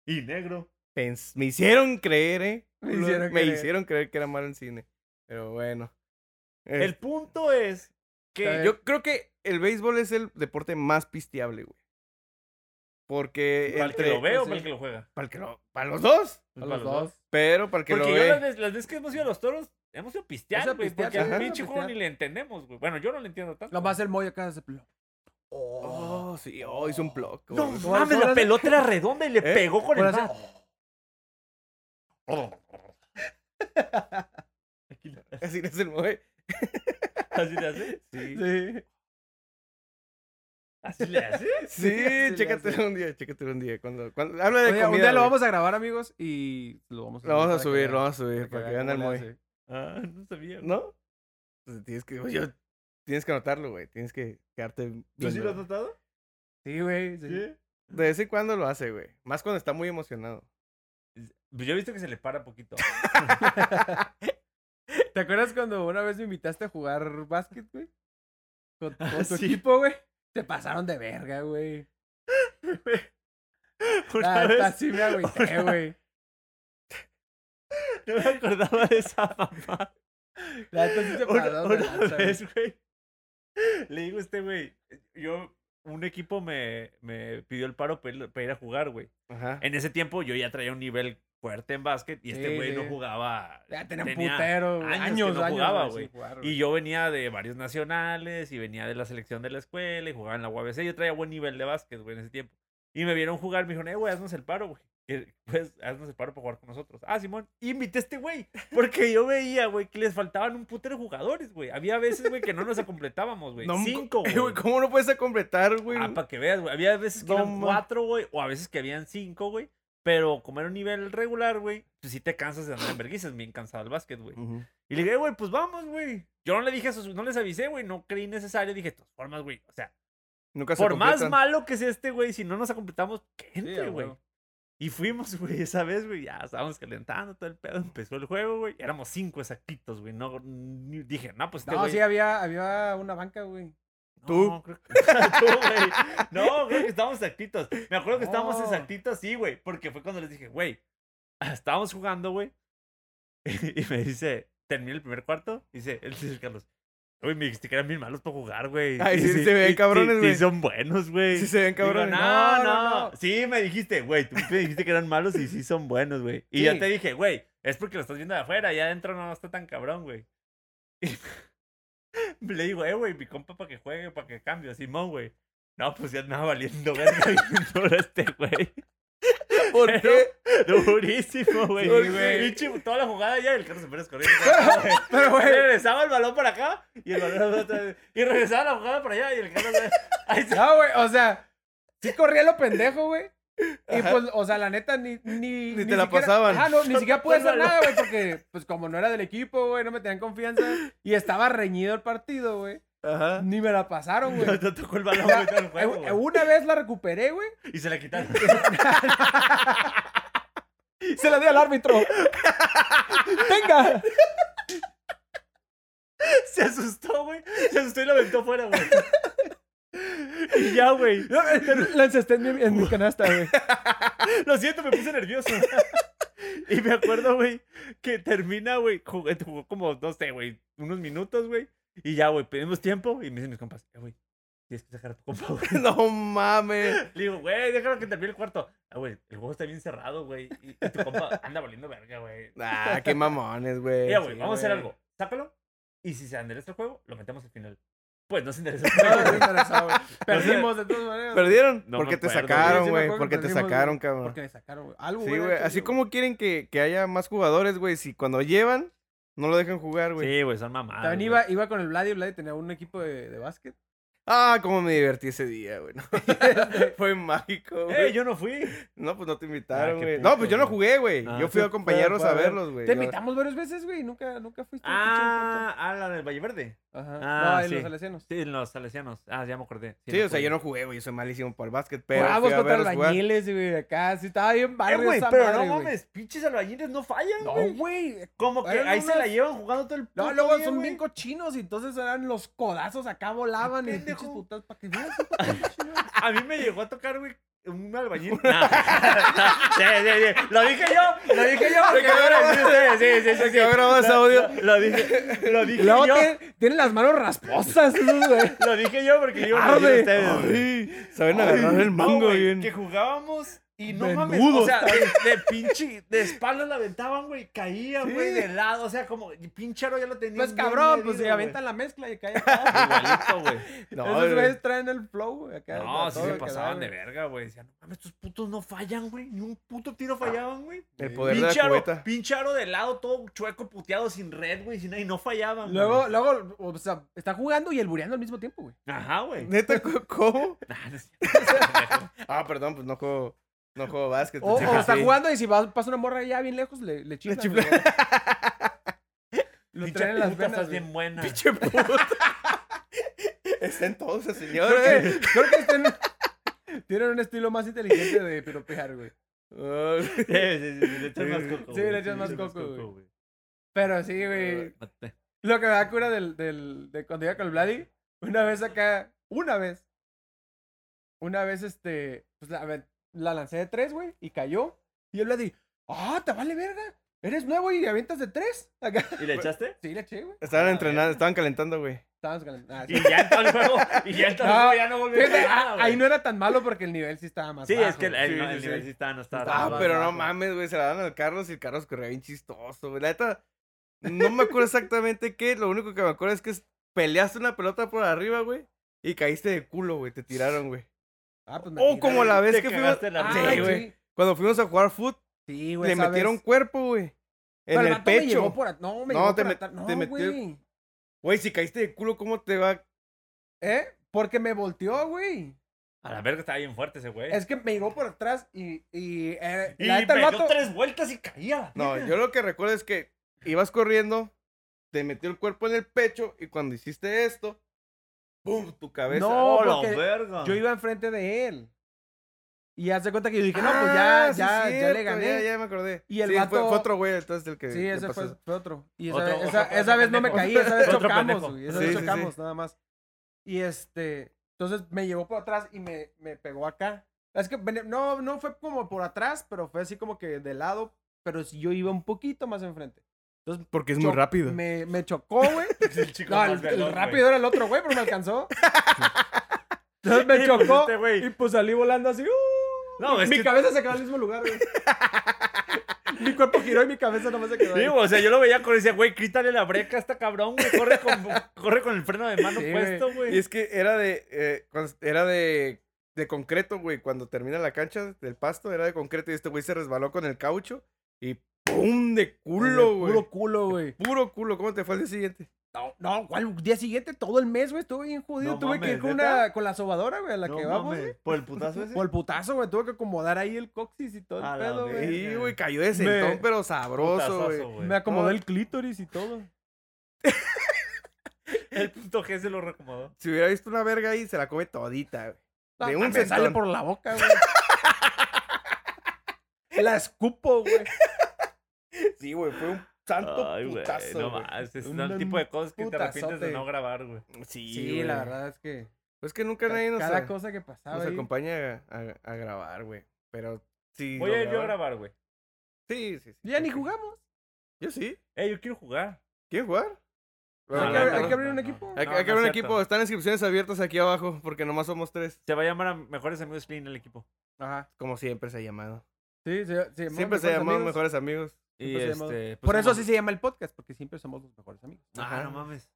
S2: y negro.
S3: Pens- me hicieron creer, ¿eh?
S1: Me
S3: culos?
S1: hicieron
S3: Me
S1: creer.
S3: hicieron creer que era malo en cine. Pero bueno. Eh,
S2: El punto es
S1: Está
S2: que
S1: bien.
S2: yo...
S3: Yo creo que el béisbol es el deporte más pisteable, güey. Porque.
S2: Para el que
S3: entre- pues
S2: lo veo,
S1: sí.
S2: para el que lo juega.
S3: Para el que lo- para los dos.
S1: A
S2: Para
S1: Pues los dos.
S3: Pero para el que
S2: Porque
S3: lo
S2: yo
S3: ve.
S2: las veces, las veces que hemos ido a los toros, hemos ido
S1: Hemos ido
S2: pistear,
S1: a
S2: güey.
S1: pistear,
S2: Porque
S1: ajá,
S2: al
S1: hemos
S2: pinche
S1: ido a
S2: juego ni
S1: pistear.
S2: le entendemos, güey. Bueno, yo no le entiendo tanto.
S1: Lo más el Moy acá se peló.
S3: Oh, sí, oh, hizo un blog.
S2: No
S3: güey.
S2: mames, la
S1: horas-
S2: pelota era redonda y le
S3: ¿Eh?
S2: pegó con el
S1: Por
S2: bat.
S1: hacer-
S3: Así es el güey.
S2: [laughs] Así le hace.
S3: Sí.
S1: Sí.
S2: Así le hace.
S3: Sí,
S1: le hace.
S3: chécatelo un día, chécatelo un día. Cuando, cuando, habla de
S1: Oye,
S3: comida.
S1: un día lo
S3: güey.
S1: vamos a grabar, amigos, y lo vamos a
S3: Lo vamos a
S1: para que
S3: subir, lo
S1: vean-
S3: vamos a subir para que
S1: vean
S3: vean al
S1: cómo le
S3: Moy.
S1: hace.
S2: Ah, no sabía.
S3: ¿No? Pues tienes que, oye, tienes que anotarlo, güey. Tienes que quedarte. viendo.
S2: notado?
S1: Sí, güey. sí.
S3: De vez en cuando lo hace, güey. Más cuando está muy emocionado. Pues
S2: Yo he visto que se le para [laughs] poquito.
S1: ¿Te acuerdas cuando una vez me invitaste a jugar básquet, güey? Con,
S3: [laughs]
S1: con tu
S2: sí.
S1: equipo, güey. Te pasaron de verga, güey.
S2: Una
S1: Hasta
S2: vez
S1: así me agüité,
S2: una-
S1: güey.
S2: no me acordaba de esa mamá.
S1: La neta
S2: [laughs]
S1: sí se
S2: una,
S1: pasaron de
S2: una
S1: lanza, güey.
S2: vez, güey. [laughs] Le digo a este güey, yo, un equipo me, me pidió el paro para ir, para ir a jugar, güey.
S3: Ajá.
S2: En ese tiempo yo ya traía un nivel fuerte en básquet y este
S1: Ah. Sí,
S2: güey
S1: sí.
S2: no jugaba.
S1: Ya tenía un
S2: tenía
S1: putero, güey.
S2: años que
S1: Años,
S2: no
S1: años,
S2: jugaba,
S1: sin
S2: güey.
S1: jugar,
S2: Y yo venía de varios nacionales y venía de la selección de la escuela y jugaba en la UABC. Yo traía buen nivel de básquet, güey, en ese tiempo. Y me vieron jugar, me dijeron, eh, güey, haznos el paro, güey. Eh, Pues, haznos el paro para jugar con nosotros. Ah, Simón, y invité a este güey. Porque yo veía, güey, que les faltaban un putero de jugadores, güey. Había veces, güey, que no nos completábamos, güey.
S3: No, [laughs]
S2: Cinco,
S3: eh,
S2: güey.
S3: ¿Cómo no puedes completar, güey?
S2: Ah, para que veas, güey. Había veces que
S3: No
S2: eran
S3: ma-
S2: cuatro, güey, o a veces que habían cinco, güey. Pero como era un nivel regular, güey, pues sí te cansas de andar en verguizas. Bien cansado el básquet, güey.
S3: Ujú.
S2: Y le dije, "Eh, güey, pues vamos, güey. Yo no le dije eso, no les avisé, güey. No creí necesario. Dije, de todas formas, güey. O sea,
S3: Nunca se
S2: por más
S3: completan.
S2: malo que sea este, güey, si no nos completamos, que
S1: a
S2: entre, güey.
S1: huevo.
S2: y fuimos, [laughs] güey, esa vez, güey. Ya estábamos calentando todo el pedo. Empezó el juego, güey. Éramos cinco exactitos, güey. No, ni- dije, no, pues este,
S1: No,
S2: güey.
S1: sí, había, había una banca, güey.
S3: tú.
S2: No, creo que... [laughs] Tú, güey. No, creo que estábamos exactitos. Me acuerdo que estábamos
S1: No.
S2: exactitos, sí, güey. Porque fue cuando les dije, güey, [clears throat] estábamos jugando, güey. [laughs] Y me dice, terminé el primer cuarto. Dice, él dice, Carlos, güey, me dijiste que eran bien malos para jugar, güey.
S3: Ay,
S2: Y
S3: sí, se ven
S2: y-
S3: cabrones,
S2: sí,
S3: güey.
S2: Sí, son buenos, güey.
S3: Sí se ven
S2: Digo,
S3: cabrones.
S2: no,
S1: No,
S2: no,
S1: no,
S2: no.
S1: no.
S2: Sí, me dijiste, güey, tú me dijiste que eran malos y sí son buenos, güey. Y
S1: Sí.
S2: yo te dije, güey, es porque lo estás viendo de afuera, allá adentro no está tan cabrón, güey. Y [laughs] le digo, eh, güey, mi compa para que juegue, para que cambie, Simón, güey. No, pues ya andaba valiendo verga [laughs] y no era este, güey.
S3: ¿Por qué?
S2: Durísimo, güey.
S1: Sí, güey.
S2: Pinche, toda la jugada ya, el Carlos se Pérez [laughs] corriendo. güey.
S1: Pero, güey.
S2: Regresaba el balón para acá y el balón otra vez. Y regresaba la jugada para allá y el Carlos. Ahí se
S1: No, güey. O sea, sí corría lo pendejo, güey. Y
S3: Ajá.
S1: pues, o sea, la neta, ni. Ni,
S3: Ni te la pasaban.
S1: Ah, no, ni siquiera pude hacer
S2: Tómalo.
S1: nada, güey, porque, pues, como no era del equipo, güey, no me tenían confianza. Y estaba reñido el partido, güey.
S3: Ajá.
S1: Ni me la pasaron, güey.
S2: No, no tocó el balón,
S1: Ya,
S2: güey, [laughs] todo el
S1: Eh,
S2: juego,
S1: eh,
S2: güey.
S1: Una vez la recuperé, güey.
S2: Y se la quitaron.
S1: Se la di al
S3: [laughs]
S1: árbitro. ¡Venga!
S2: se asustó, güey. Se asustó y la aventó fuera, güey. Y ya, güey.
S1: La encesté en mi, en mi canasta,
S3: [laughs]
S1: güey.
S2: Lo siento, me puse nervioso. Y me acuerdo, güey, que termina, güey, jugó, jugó como, no sé, güey, unos minutos, güey. Y ya, güey, pedimos tiempo y me dicen mis compas, "Eh, güey, tienes que sacar a tu compa, güey.
S3: [laughs] No mames.
S2: Le digo, güey, déjalo que termine el cuarto. Ah, güey, el juego está bien cerrado, güey. Y, y tu compa anda valiendo verga, güey.
S3: Ah, qué mamones, güey.
S2: Mira, güey,
S3: Sí,
S2: vamos a hacer
S3: güey.
S2: algo. Sácalo. Y si se endereza el juego, lo metemos al final. Pues no se [laughs] endereza el juego. güey.
S1: Perdimos de todas maneras.
S3: ¿Perdieron?
S2: No me
S3: porque te
S2: acuerdo, güey.
S3: sacaron,
S1: Sí, me
S3: güey.
S1: acuerdo
S3: porque
S1: que
S3: te
S1: perdimos,
S3: sacaron,
S1: güey.
S3: cabrón.
S1: Porque me sacaron, güey. Algo,
S3: Sí,
S1: hubieran
S3: güey.
S1: hecho,
S3: Así como quieren que, que haya más jugadores, güey. Si cuando llevan, no lo dejan jugar, güey.
S2: Sí, güey, son mamadas.
S1: También
S2: güey.
S1: iba, iba con el Vlad y el Vlad tenía un equipo de, de básquet.
S3: Ah, cómo me divertí ese día, güey. ¿no? [laughs] Fue mágico, güey.
S2: ¡Eh, yo no fui!
S3: No, pues no te invitaron,
S2: Ah, qué
S3: güey.
S2: puto,
S3: no, pues yo no
S2: güey.
S3: jugué, güey.
S2: Ah,
S3: yo fui
S2: sí,
S3: a compañeros
S1: fue- fue
S3: a
S1: a ver.
S3: verlos, güey.
S1: Te
S3: Yo-
S1: invitamos varias veces, güey. Nunca, nunca fuiste. pinche
S2: Ah, ah, la del Valle Verde.
S1: vato. Ajá.
S2: ah,
S1: no, en
S2: sí.
S1: los salesianos.
S2: Sí, en los salesianos. Ah, ya me acordé.
S3: Sí, o sea,
S2: fui.
S3: yo no jugué, güey. Yo soy malísimo para el básquet, pero.
S1: Jugábamos
S3: fui a
S1: contra
S3: verlos jugar.
S1: albañiles, güey. Acá sí estaba bien
S2: Eh,
S1: barrio.
S2: güey,
S1: esa
S2: pero
S1: madre,
S2: no
S1: güey.
S2: mames, pinches albañiles no fallan,
S1: No,
S2: güey.
S1: güey.
S2: Como que
S1: Eran
S2: ahí se la
S1: unos-
S2: llevan jugando todo el
S1: No,
S2: puto
S1: luego
S2: día,
S1: son
S2: güey.
S1: bien cochinos y entonces eran los codazos acá volaban y
S2: Pendejo.
S1: pinches putas para que
S2: [laughs]
S1: veas, pa' que veas, chingada.
S2: A mí me llegó a tocar, güey, un
S1: [laughs]
S2: albañil. Nah. sí, sí, sí. Lo dije yo, lo dije yo.
S3: Se quedó grabado.
S2: Sí, sí, sí, sí,
S3: Se
S2: sí.
S3: quedó grabado ese
S2: Lo-
S3: audio.
S2: Lo, lo dije, lo
S1: Y
S2: dije
S1: luego
S2: yo.
S1: tienen, tienen las manos rasposas, esos, güey.
S2: Lo dije yo porque yo
S1: Arde.
S2: dije ustedes. güey.
S3: Ay, Saben
S2: Ay,
S3: agarrar el
S2: no,
S3: mango
S2: güey,
S3: bien.
S2: Que jugábamos y no mames.
S1: Menudo
S2: O sea, de, de pinche. De espalda la aventaban, güey. Caía,
S1: Sí.
S2: güey, de lado. O sea, como y pinche aro ya lo tenía.
S1: Pues
S2: bien
S1: cabrón,
S2: medido,
S1: pues se
S2: güey.
S1: avientan la mezcla y cae acá.
S2: Igualito, güey.
S3: [laughs] No,
S1: Esos
S3: güey.
S1: güeyes traen el flow, güey. Acá,
S2: No,
S1: a
S2: sí
S1: todo
S2: se
S1: lo que da,
S2: pasaban de
S1: güey.
S2: verga, güey. Decían, no mames, estos putos no fallan, güey. Ni un puto tiro fallaban, güey.
S3: El poder de
S2: Pinche
S3: la
S2: aro,
S3: cubeta.
S2: pinche aro de lado, todo chueco, puteado, sin red, güey. Sin ahí, no fallaban.
S1: Luego,
S2: güey.
S1: luego, o sea, está jugando y el bureando al mismo tiempo, güey.
S2: Ajá, [laughs] güey.
S3: Neta, co- ¿cómo?
S2: Nah, Ah, no es cierto.
S3: Ah, perdón, pues no juego. No juego básquet.
S1: O,
S3: pensé
S1: o
S3: que
S1: está
S3: sí.
S1: jugando y si va- pasa una morra ya bien lejos, le, le chiflan,
S3: chiflan.
S1: güey. Lo
S2: Pinche
S1: traen en las
S2: puta,
S1: venas,
S2: estás
S1: güey.
S2: bien buena.
S3: [laughs] Pinche puta. Está en todo ese señor,
S1: Creo
S3: eh. [laughs] güey.
S1: que, creo que estén- tienen un estilo más inteligente de piropear, güey.
S3: Ay,
S2: Sí, sí, sí, le echas más coco.
S1: Sí,
S2: güey,
S1: le echas más coco, güey.
S2: güey.
S1: Pero sí, güey. Lo que me da cura del, del, de cuando iba con el Vladi, una vez acá, una vez, una vez este, pues la, a ver, la lancé de tres, güey, y cayó. Y el Vladi, ah, te vale verga, eres nuevo y avientas de tres. Acá. [laughs]
S2: ¿Y le echaste?
S1: Sí, le eché, güey.
S3: Estaban entrenando, estaban calentando, güey.
S1: Estábamos ganando. Ah, sí.
S2: [laughs] Y ya en todo el juego, y ya en todo el
S1: No,
S2: juego ya no volvió a
S1: Fíjate,
S2: hacer
S1: a-
S2: nada, Ah, güey.
S1: ahí no era tan malo porque el nivel sí estaba más
S2: Sí,
S1: bajo.
S2: es que el,
S1: güey.
S2: el-
S1: Sí,
S2: no,
S1: sí,
S2: el
S1: sí.
S2: nivel sí estaba, no estaba.
S1: Estaba,
S3: Ah,
S2: tan
S1: Estaba
S3: pero no
S1: bajo.
S3: mames, güey. Se la dan al Carlos y el Carlos corría bien chistoso, güey. La neta, no me acuerdo exactamente qué. Lo único que me acuerdo es que peleaste una pelota por arriba, güey. Y caíste de culo, güey. Te
S1: [laughs]
S3: tiraron, güey.
S1: Ah, pues me
S3: O
S1: tiraron.
S3: como la vez
S2: Te
S3: que fuimos.
S2: cagaste la
S1: Ah,
S3: Sí,
S2: madre.
S3: güey.
S1: güey.
S3: Cuando fuimos a jugar foot,
S1: Sí, güey.
S3: le
S1: esa
S3: metieron
S1: vez.
S3: cuerpo, güey. En
S1: Pero
S3: el
S1: vato me llevó
S3: pecho.
S1: por at- no, me
S3: No,
S1: llevó
S3: te
S1: por
S3: met-
S1: atrás. No,
S3: te metió-
S1: güey.
S3: Güey, si caíste de culo, ¿cómo te va?
S1: ¿Eh? Porque me volteó, güey.
S2: A la verga estaba bien fuerte ese güey.
S1: Es que me llegó por atrás y. Y, eh,
S2: Y
S1: la neta,
S2: me
S1: el
S2: dio
S1: vato.
S2: tres vueltas y caía.
S1: [laughs]
S3: No, yo lo que recuerdo es que ibas corriendo, te metió el cuerpo en el pecho y cuando hiciste esto, ¡pum! Tu cabeza.
S1: No,
S3: ¡oh,
S2: la
S1: porque
S2: verga.
S1: Yo iba enfrente de él. Y hace cuenta que yo dije, no, pues
S3: Ah,
S1: ya,
S3: sí,
S1: ya, ya
S3: cierto,
S1: le
S3: Ya,
S1: gané.
S3: ya me acordé.
S1: Y el
S3: Sí, fue-
S1: vato-
S3: fue, otro güey, entonces el que.
S1: Sí,
S3: le
S1: ese
S3: pasó
S1: fue,
S3: eso.
S1: fue otro. Y esa,
S2: Otro-
S1: esa,
S2: otro-
S1: esa
S2: otro
S1: vez no me
S2: pendejo.
S1: caí, esa vez
S2: Otro
S1: chocamos,
S2: pendejo.
S1: güey. Esa
S3: Sí,
S1: vez
S3: sí, sí.
S1: chocamos, nada más. Y este. Entonces me llevó por atrás y me, me pegó acá. Es que vene- no, no fue como por atrás, pero fue así como que de lado. Pero si yo iba un poquito más enfrente.
S3: Porque es
S1: Choc-
S3: muy rápido.
S1: Me, me chocó,
S2: [laughs]
S1: güey.
S2: [laughs] Es el chico
S1: No,
S2: más
S1: el, el
S2: velón,
S1: rápido
S2: güey.
S1: era el otro, güey, pero me
S2: [laughs]
S1: alcanzó. Entonces me
S2: Y pues
S1: chocó
S2: este güey-
S1: y pues salí volando así. ¡uh!
S2: No, es
S1: mi
S2: que-
S1: cabeza se quedó en el mismo
S2: [laughs]
S1: lugar, güey. mi cuerpo giró y mi cabeza nomás se quedó ahí.
S2: Sí, güey, o sea, yo lo veía con ese güey, quítale la breca a esta cabrón, güey.
S1: [laughs]
S2: Corre con, corre con el freno de mano
S1: Sí,
S2: puesto,
S3: Y
S2: güey.
S3: es que era de. eh, cuando- era de. De concreto, güey. Cuando termina la cancha del pasto, era de concreto. Y este güey se resbaló con el caucho. Y ¡pum! De culo,
S1: Güey,
S3: güey.
S1: Puro
S3: Puro,
S1: culo, güey.
S3: culo. ¿Cómo te fue el día siguiente?
S1: No, no, ¿cuál? Día siguiente, todo el mes, güey, estuve bien jodido.
S2: No
S1: Tuve que ir
S2: mames,
S1: con,
S2: ¿neta?
S1: una, con la sobadora, güey, a la
S2: No
S1: que vamos,
S2: mames,
S1: güey.
S2: Por el putazo ese.
S1: Por el putazo, güey. Tuve que acomodar ahí el coxis y todo el
S2: A la
S1: pedo,
S2: verga.
S1: güey.
S3: Sí, güey. Cayó de
S1: Me-
S3: sentón, pero sabroso,
S2: Putazazo,
S3: güey.
S2: güey.
S1: Me acomodé
S3: No.
S1: el clítoris y todo.
S2: El puto G se lo recomodó.
S3: Si hubiera visto una verga ahí, se la come todita, güey.
S1: No,
S3: De un
S1: Ah, me sale
S3: sentón.
S1: por la boca, güey. [laughs] la escupo, güey.
S3: Sí, güey. Fue un santo
S2: Ay, güey.
S3: putazo,
S2: No
S3: güey.
S2: más. Es
S1: Un-
S2: el tipo de cosas que te arrepientes de
S1: putazote.
S2: no grabar, güey.
S3: Sí,
S1: Sí,
S3: güey.
S1: la verdad es que.
S3: Pues que nunca nadie nos,
S1: Cada
S3: a-
S1: cosa que pasaba.
S3: nos
S1: ahí.
S3: acompaña a, a- a grabar, güey. Pero sí.
S2: Voy
S3: lo
S2: a ir yo a
S3: graban.
S2: grabar, güey.
S3: Sí, sí, sí.
S1: Ya ni
S3: ok.
S1: jugamos.
S3: Yo sí.
S2: Eh, yo quiero jugar. Ah,
S3: ¿Quieren jugar?
S1: Hay que-
S3: Bueno, no,
S1: hay
S3: no.
S1: que abrir un equipo.
S3: Hay,
S2: No,
S3: hay que
S2: no
S3: haber
S2: es
S3: un
S2: cierto.
S3: equipo. Están inscripciones abiertas aquí abajo porque nomás somos tres.
S2: Se va a llamar a Mejores Amigos Clean el equipo.
S1: Ajá.
S3: Como siempre se ha llamado.
S1: Sí, se, se llamó
S3: Siempre se
S1: Mejores
S3: llamó
S1: Amigos.
S3: Mejores Amigos.
S2: Y
S1: Siempre se llama-
S2: este, pues,
S1: Por eso
S2: somos-
S1: así se llama el podcast, porque siempre somos los mejores amigos.
S2: Ah,
S3: Ajá.
S2: no mames.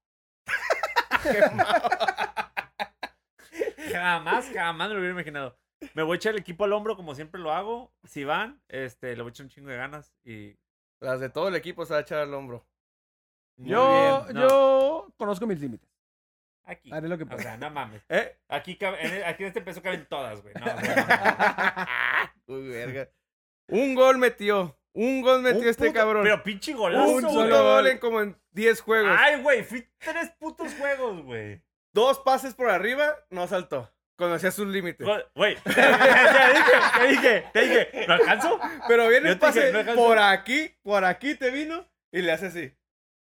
S2: [laughs] jamás, jamás me lo hubiera imaginado. Me voy a echar el equipo al hombro como siempre lo hago. Si van, este, le voy a echar un chingo de ganas y...
S3: Las de todo el equipo se va a echar al hombro.
S2: Muy
S1: Yo,
S2: bien, no,
S1: yo conozco mis límites.
S2: Aquí.
S1: Haré lo
S3: [laughs]
S1: que
S2: O
S1: pueda.
S2: sea, no mames.
S3: ¿Eh?
S2: Aquí, cabe- en, aquí en este peso caben todas, güey. No, o
S3: [laughs]
S2: sea,
S3: Uy, verga. Un gol metió. Un gol
S2: no.
S3: metió este
S2: puto-
S3: cabrón.
S2: Pero pinche golazo,
S3: un
S2: güey.
S3: solo gol en como en 10 juegos.
S2: Ay, güey, fui tres putos juegos, güey.
S3: Dos pases por arriba, no saltó. Conocía sus límites.
S2: Go- Güey, [laughs] te dije, te dije, te dije, ¿no alcanzo?
S3: Pero viene
S2: Yo
S3: un
S2: te dije,
S3: pase
S2: no alcanzó.
S3: por aquí, por aquí te vino y le hace así.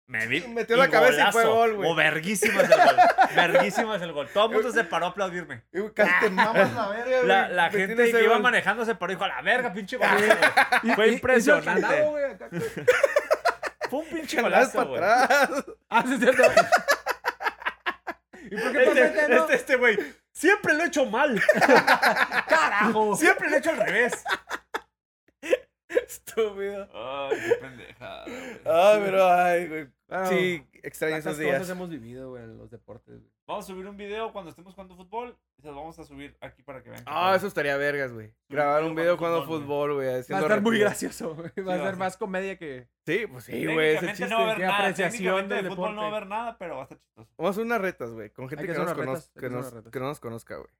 S2: Me vi.
S3: [laughs] Metió la cabeza y fue
S2: golazo.
S3: gol, güey.
S2: O verguísimas el gol. Verguísimas el gol. Todo el mundo se paró a
S3: [laughs]
S2: aplaudirme.
S3: Y casi te mamas la verga, güey.
S2: La, la
S3: Metí
S2: gente
S3: ese
S2: que iba
S3: [laughs] gol.
S2: manejando se paró y dijo, a la verga,
S3: [laughs]
S2: pinche golazo. güey". Fue impresionante. Fue un pinche
S3: Andabas
S2: golazo,
S3: para
S2: güey.
S3: atrás.
S1: Ah, sí, es cierto. ¿Y por qué pasó este,
S2: Este,
S1: no?
S2: este, este güey, siempre lo he hecho mal. Carajo. [laughs] Siempre lo he hecho al revés.
S3: Estúpido. Ah.
S2: Ay, qué pendeja.
S3: Ay, pero ay, güey.
S1: Bueno,
S3: Sí, extraño
S1: tantas
S3: esos
S1: cosas
S3: días.
S1: hemos vivido, güey, en los deportes. güey.
S2: Vamos a subir un video cuando estemos jugando fútbol. Se los vamos a subir aquí para que vean. qué
S3: Ah,
S2: pedo.
S3: eso estaría vergas, güey. Grabar un video jugando fútbol, güey.
S1: Va a
S3: haciendo
S1: estar muy
S3: retiros.
S1: gracioso, güey.
S2: va
S1: Va
S2: a
S1: a ser
S2: ser.
S1: más comedia que...
S3: Sí, pues sí, güey, ese
S2: Técnicamente
S3: chiste.
S2: no va a haber
S1: qué
S2: nada.
S1: apreciación
S2: Técnicamente
S1: del
S2: de fútbol no va a
S1: deporte.
S2: haber nada, pero va a estar chistoso.
S3: Vamos a hacer unas retas, güey, con gente
S1: que
S3: que,
S1: hacer
S3: nos
S1: unas retas,
S3: conozca,
S1: hay
S3: que,
S1: que hacer
S3: nos,
S1: unas retas.
S3: que no nos conozca, güey.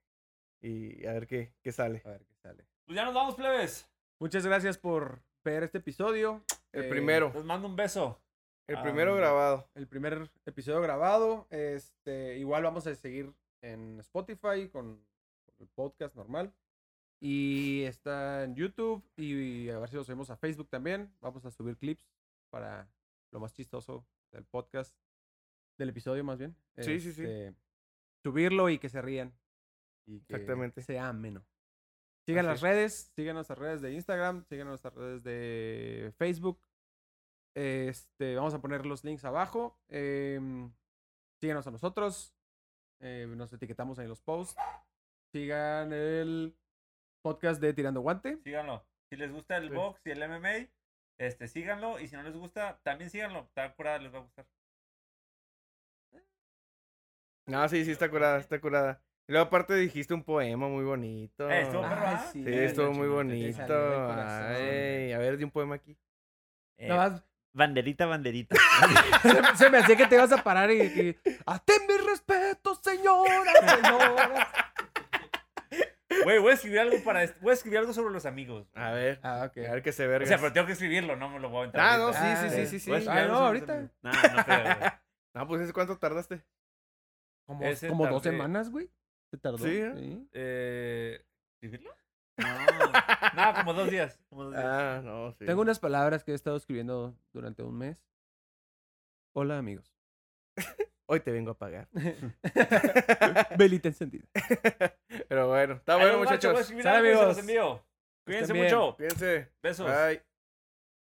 S3: Y a ver qué, qué sale.
S1: A ver qué sale.
S2: Pues ya nos vamos, plebes.
S1: Muchas gracias por ver este episodio.
S3: El
S1: Eh,
S3: primero,
S2: Les mando un beso.
S3: el
S1: ah,
S3: primero
S1: mm.
S3: grabado.
S1: El primer episodio grabado. Este, igual vamos a seguir en Spotify con el podcast normal. Y está en YouTube. Y a ver si lo subimos a Facebook también. Vamos a subir clips para lo más chistoso del podcast. Del episodio, más bien.
S3: Sí, sí, sí.
S1: Este, Subirlo y que se rían. Y que
S3: Exactamente.
S1: sea ameno. Sigan
S3: Así
S1: las
S3: es.
S1: redes, sigan nuestras redes de Instagram, sigan nuestras redes de Facebook. Este, vamos a poner los links abajo. em, síganos a nosotros. eh, nos etiquetamos en los posts. Sigan el podcast de Tirando Guante.
S2: Síganlo. Si les gusta el
S3: Sí.
S2: box y el MMA, este, síganlo. Y si no les gusta, también síganlo. Está curada, les va a gustar.
S3: No, sí, sí, está curada, está curada. Y luego aparte dijiste un poema muy bonito.
S2: Eh, estuvo
S1: Ah,
S2: perro, ¿ah?
S1: sí.
S3: sí, estuvo muy
S1: te
S3: bonito.
S1: salió del corazón.
S3: Ay, a ver, di un poema aquí.
S2: Eh,
S1: Nada más,
S2: Banderita, banderita.
S1: [laughs] se, se me hacía que te ibas a parar y, y ¡Hazte mi respeto, señora, señora!
S2: Güey, voy a escribir algo para este- Voy a escribir algo sobre los amigos.
S3: A ver,
S1: Ah, ok.
S3: a ver qué se
S2: O
S3: verga.
S2: sea, pero tengo que escribirlo, no me lo voy a entrar.
S3: Ah, no,
S2: ahorita.
S1: Ah,
S3: sí, sí, sí, sí, sí.
S2: Voy a escribir
S1: Ah,
S2: algo
S1: no,
S2: sobre
S1: ahorita.
S2: los amigos. No, no creo, güey.
S3: No, pues ¿ese cuánto tardaste?
S1: Como,
S2: Ese
S1: como dos
S2: tardé.
S1: semanas, güey. ¿Te tardó?
S3: Sí, ¿eh?
S2: Eh, ¿Escribirlo? No. no, como dos días. Como dos días.
S3: Ah, no, sí.
S1: Pues, Tengo unas palabras que he estado escribiendo durante un mes. Hola, amigos.
S3: Hoy te vengo a pagar.
S1: Velita encendida.
S3: Pero bueno, está
S2: Ahí
S3: bueno,
S2: los guachos, voy a
S3: muchachos.
S2: escribir
S1: Sale,
S2: algo y se los
S1: amigos.
S2: envío. Cuídense
S1: bien.
S2: mucho.
S3: Cuídense.
S2: Besos.
S3: Bye.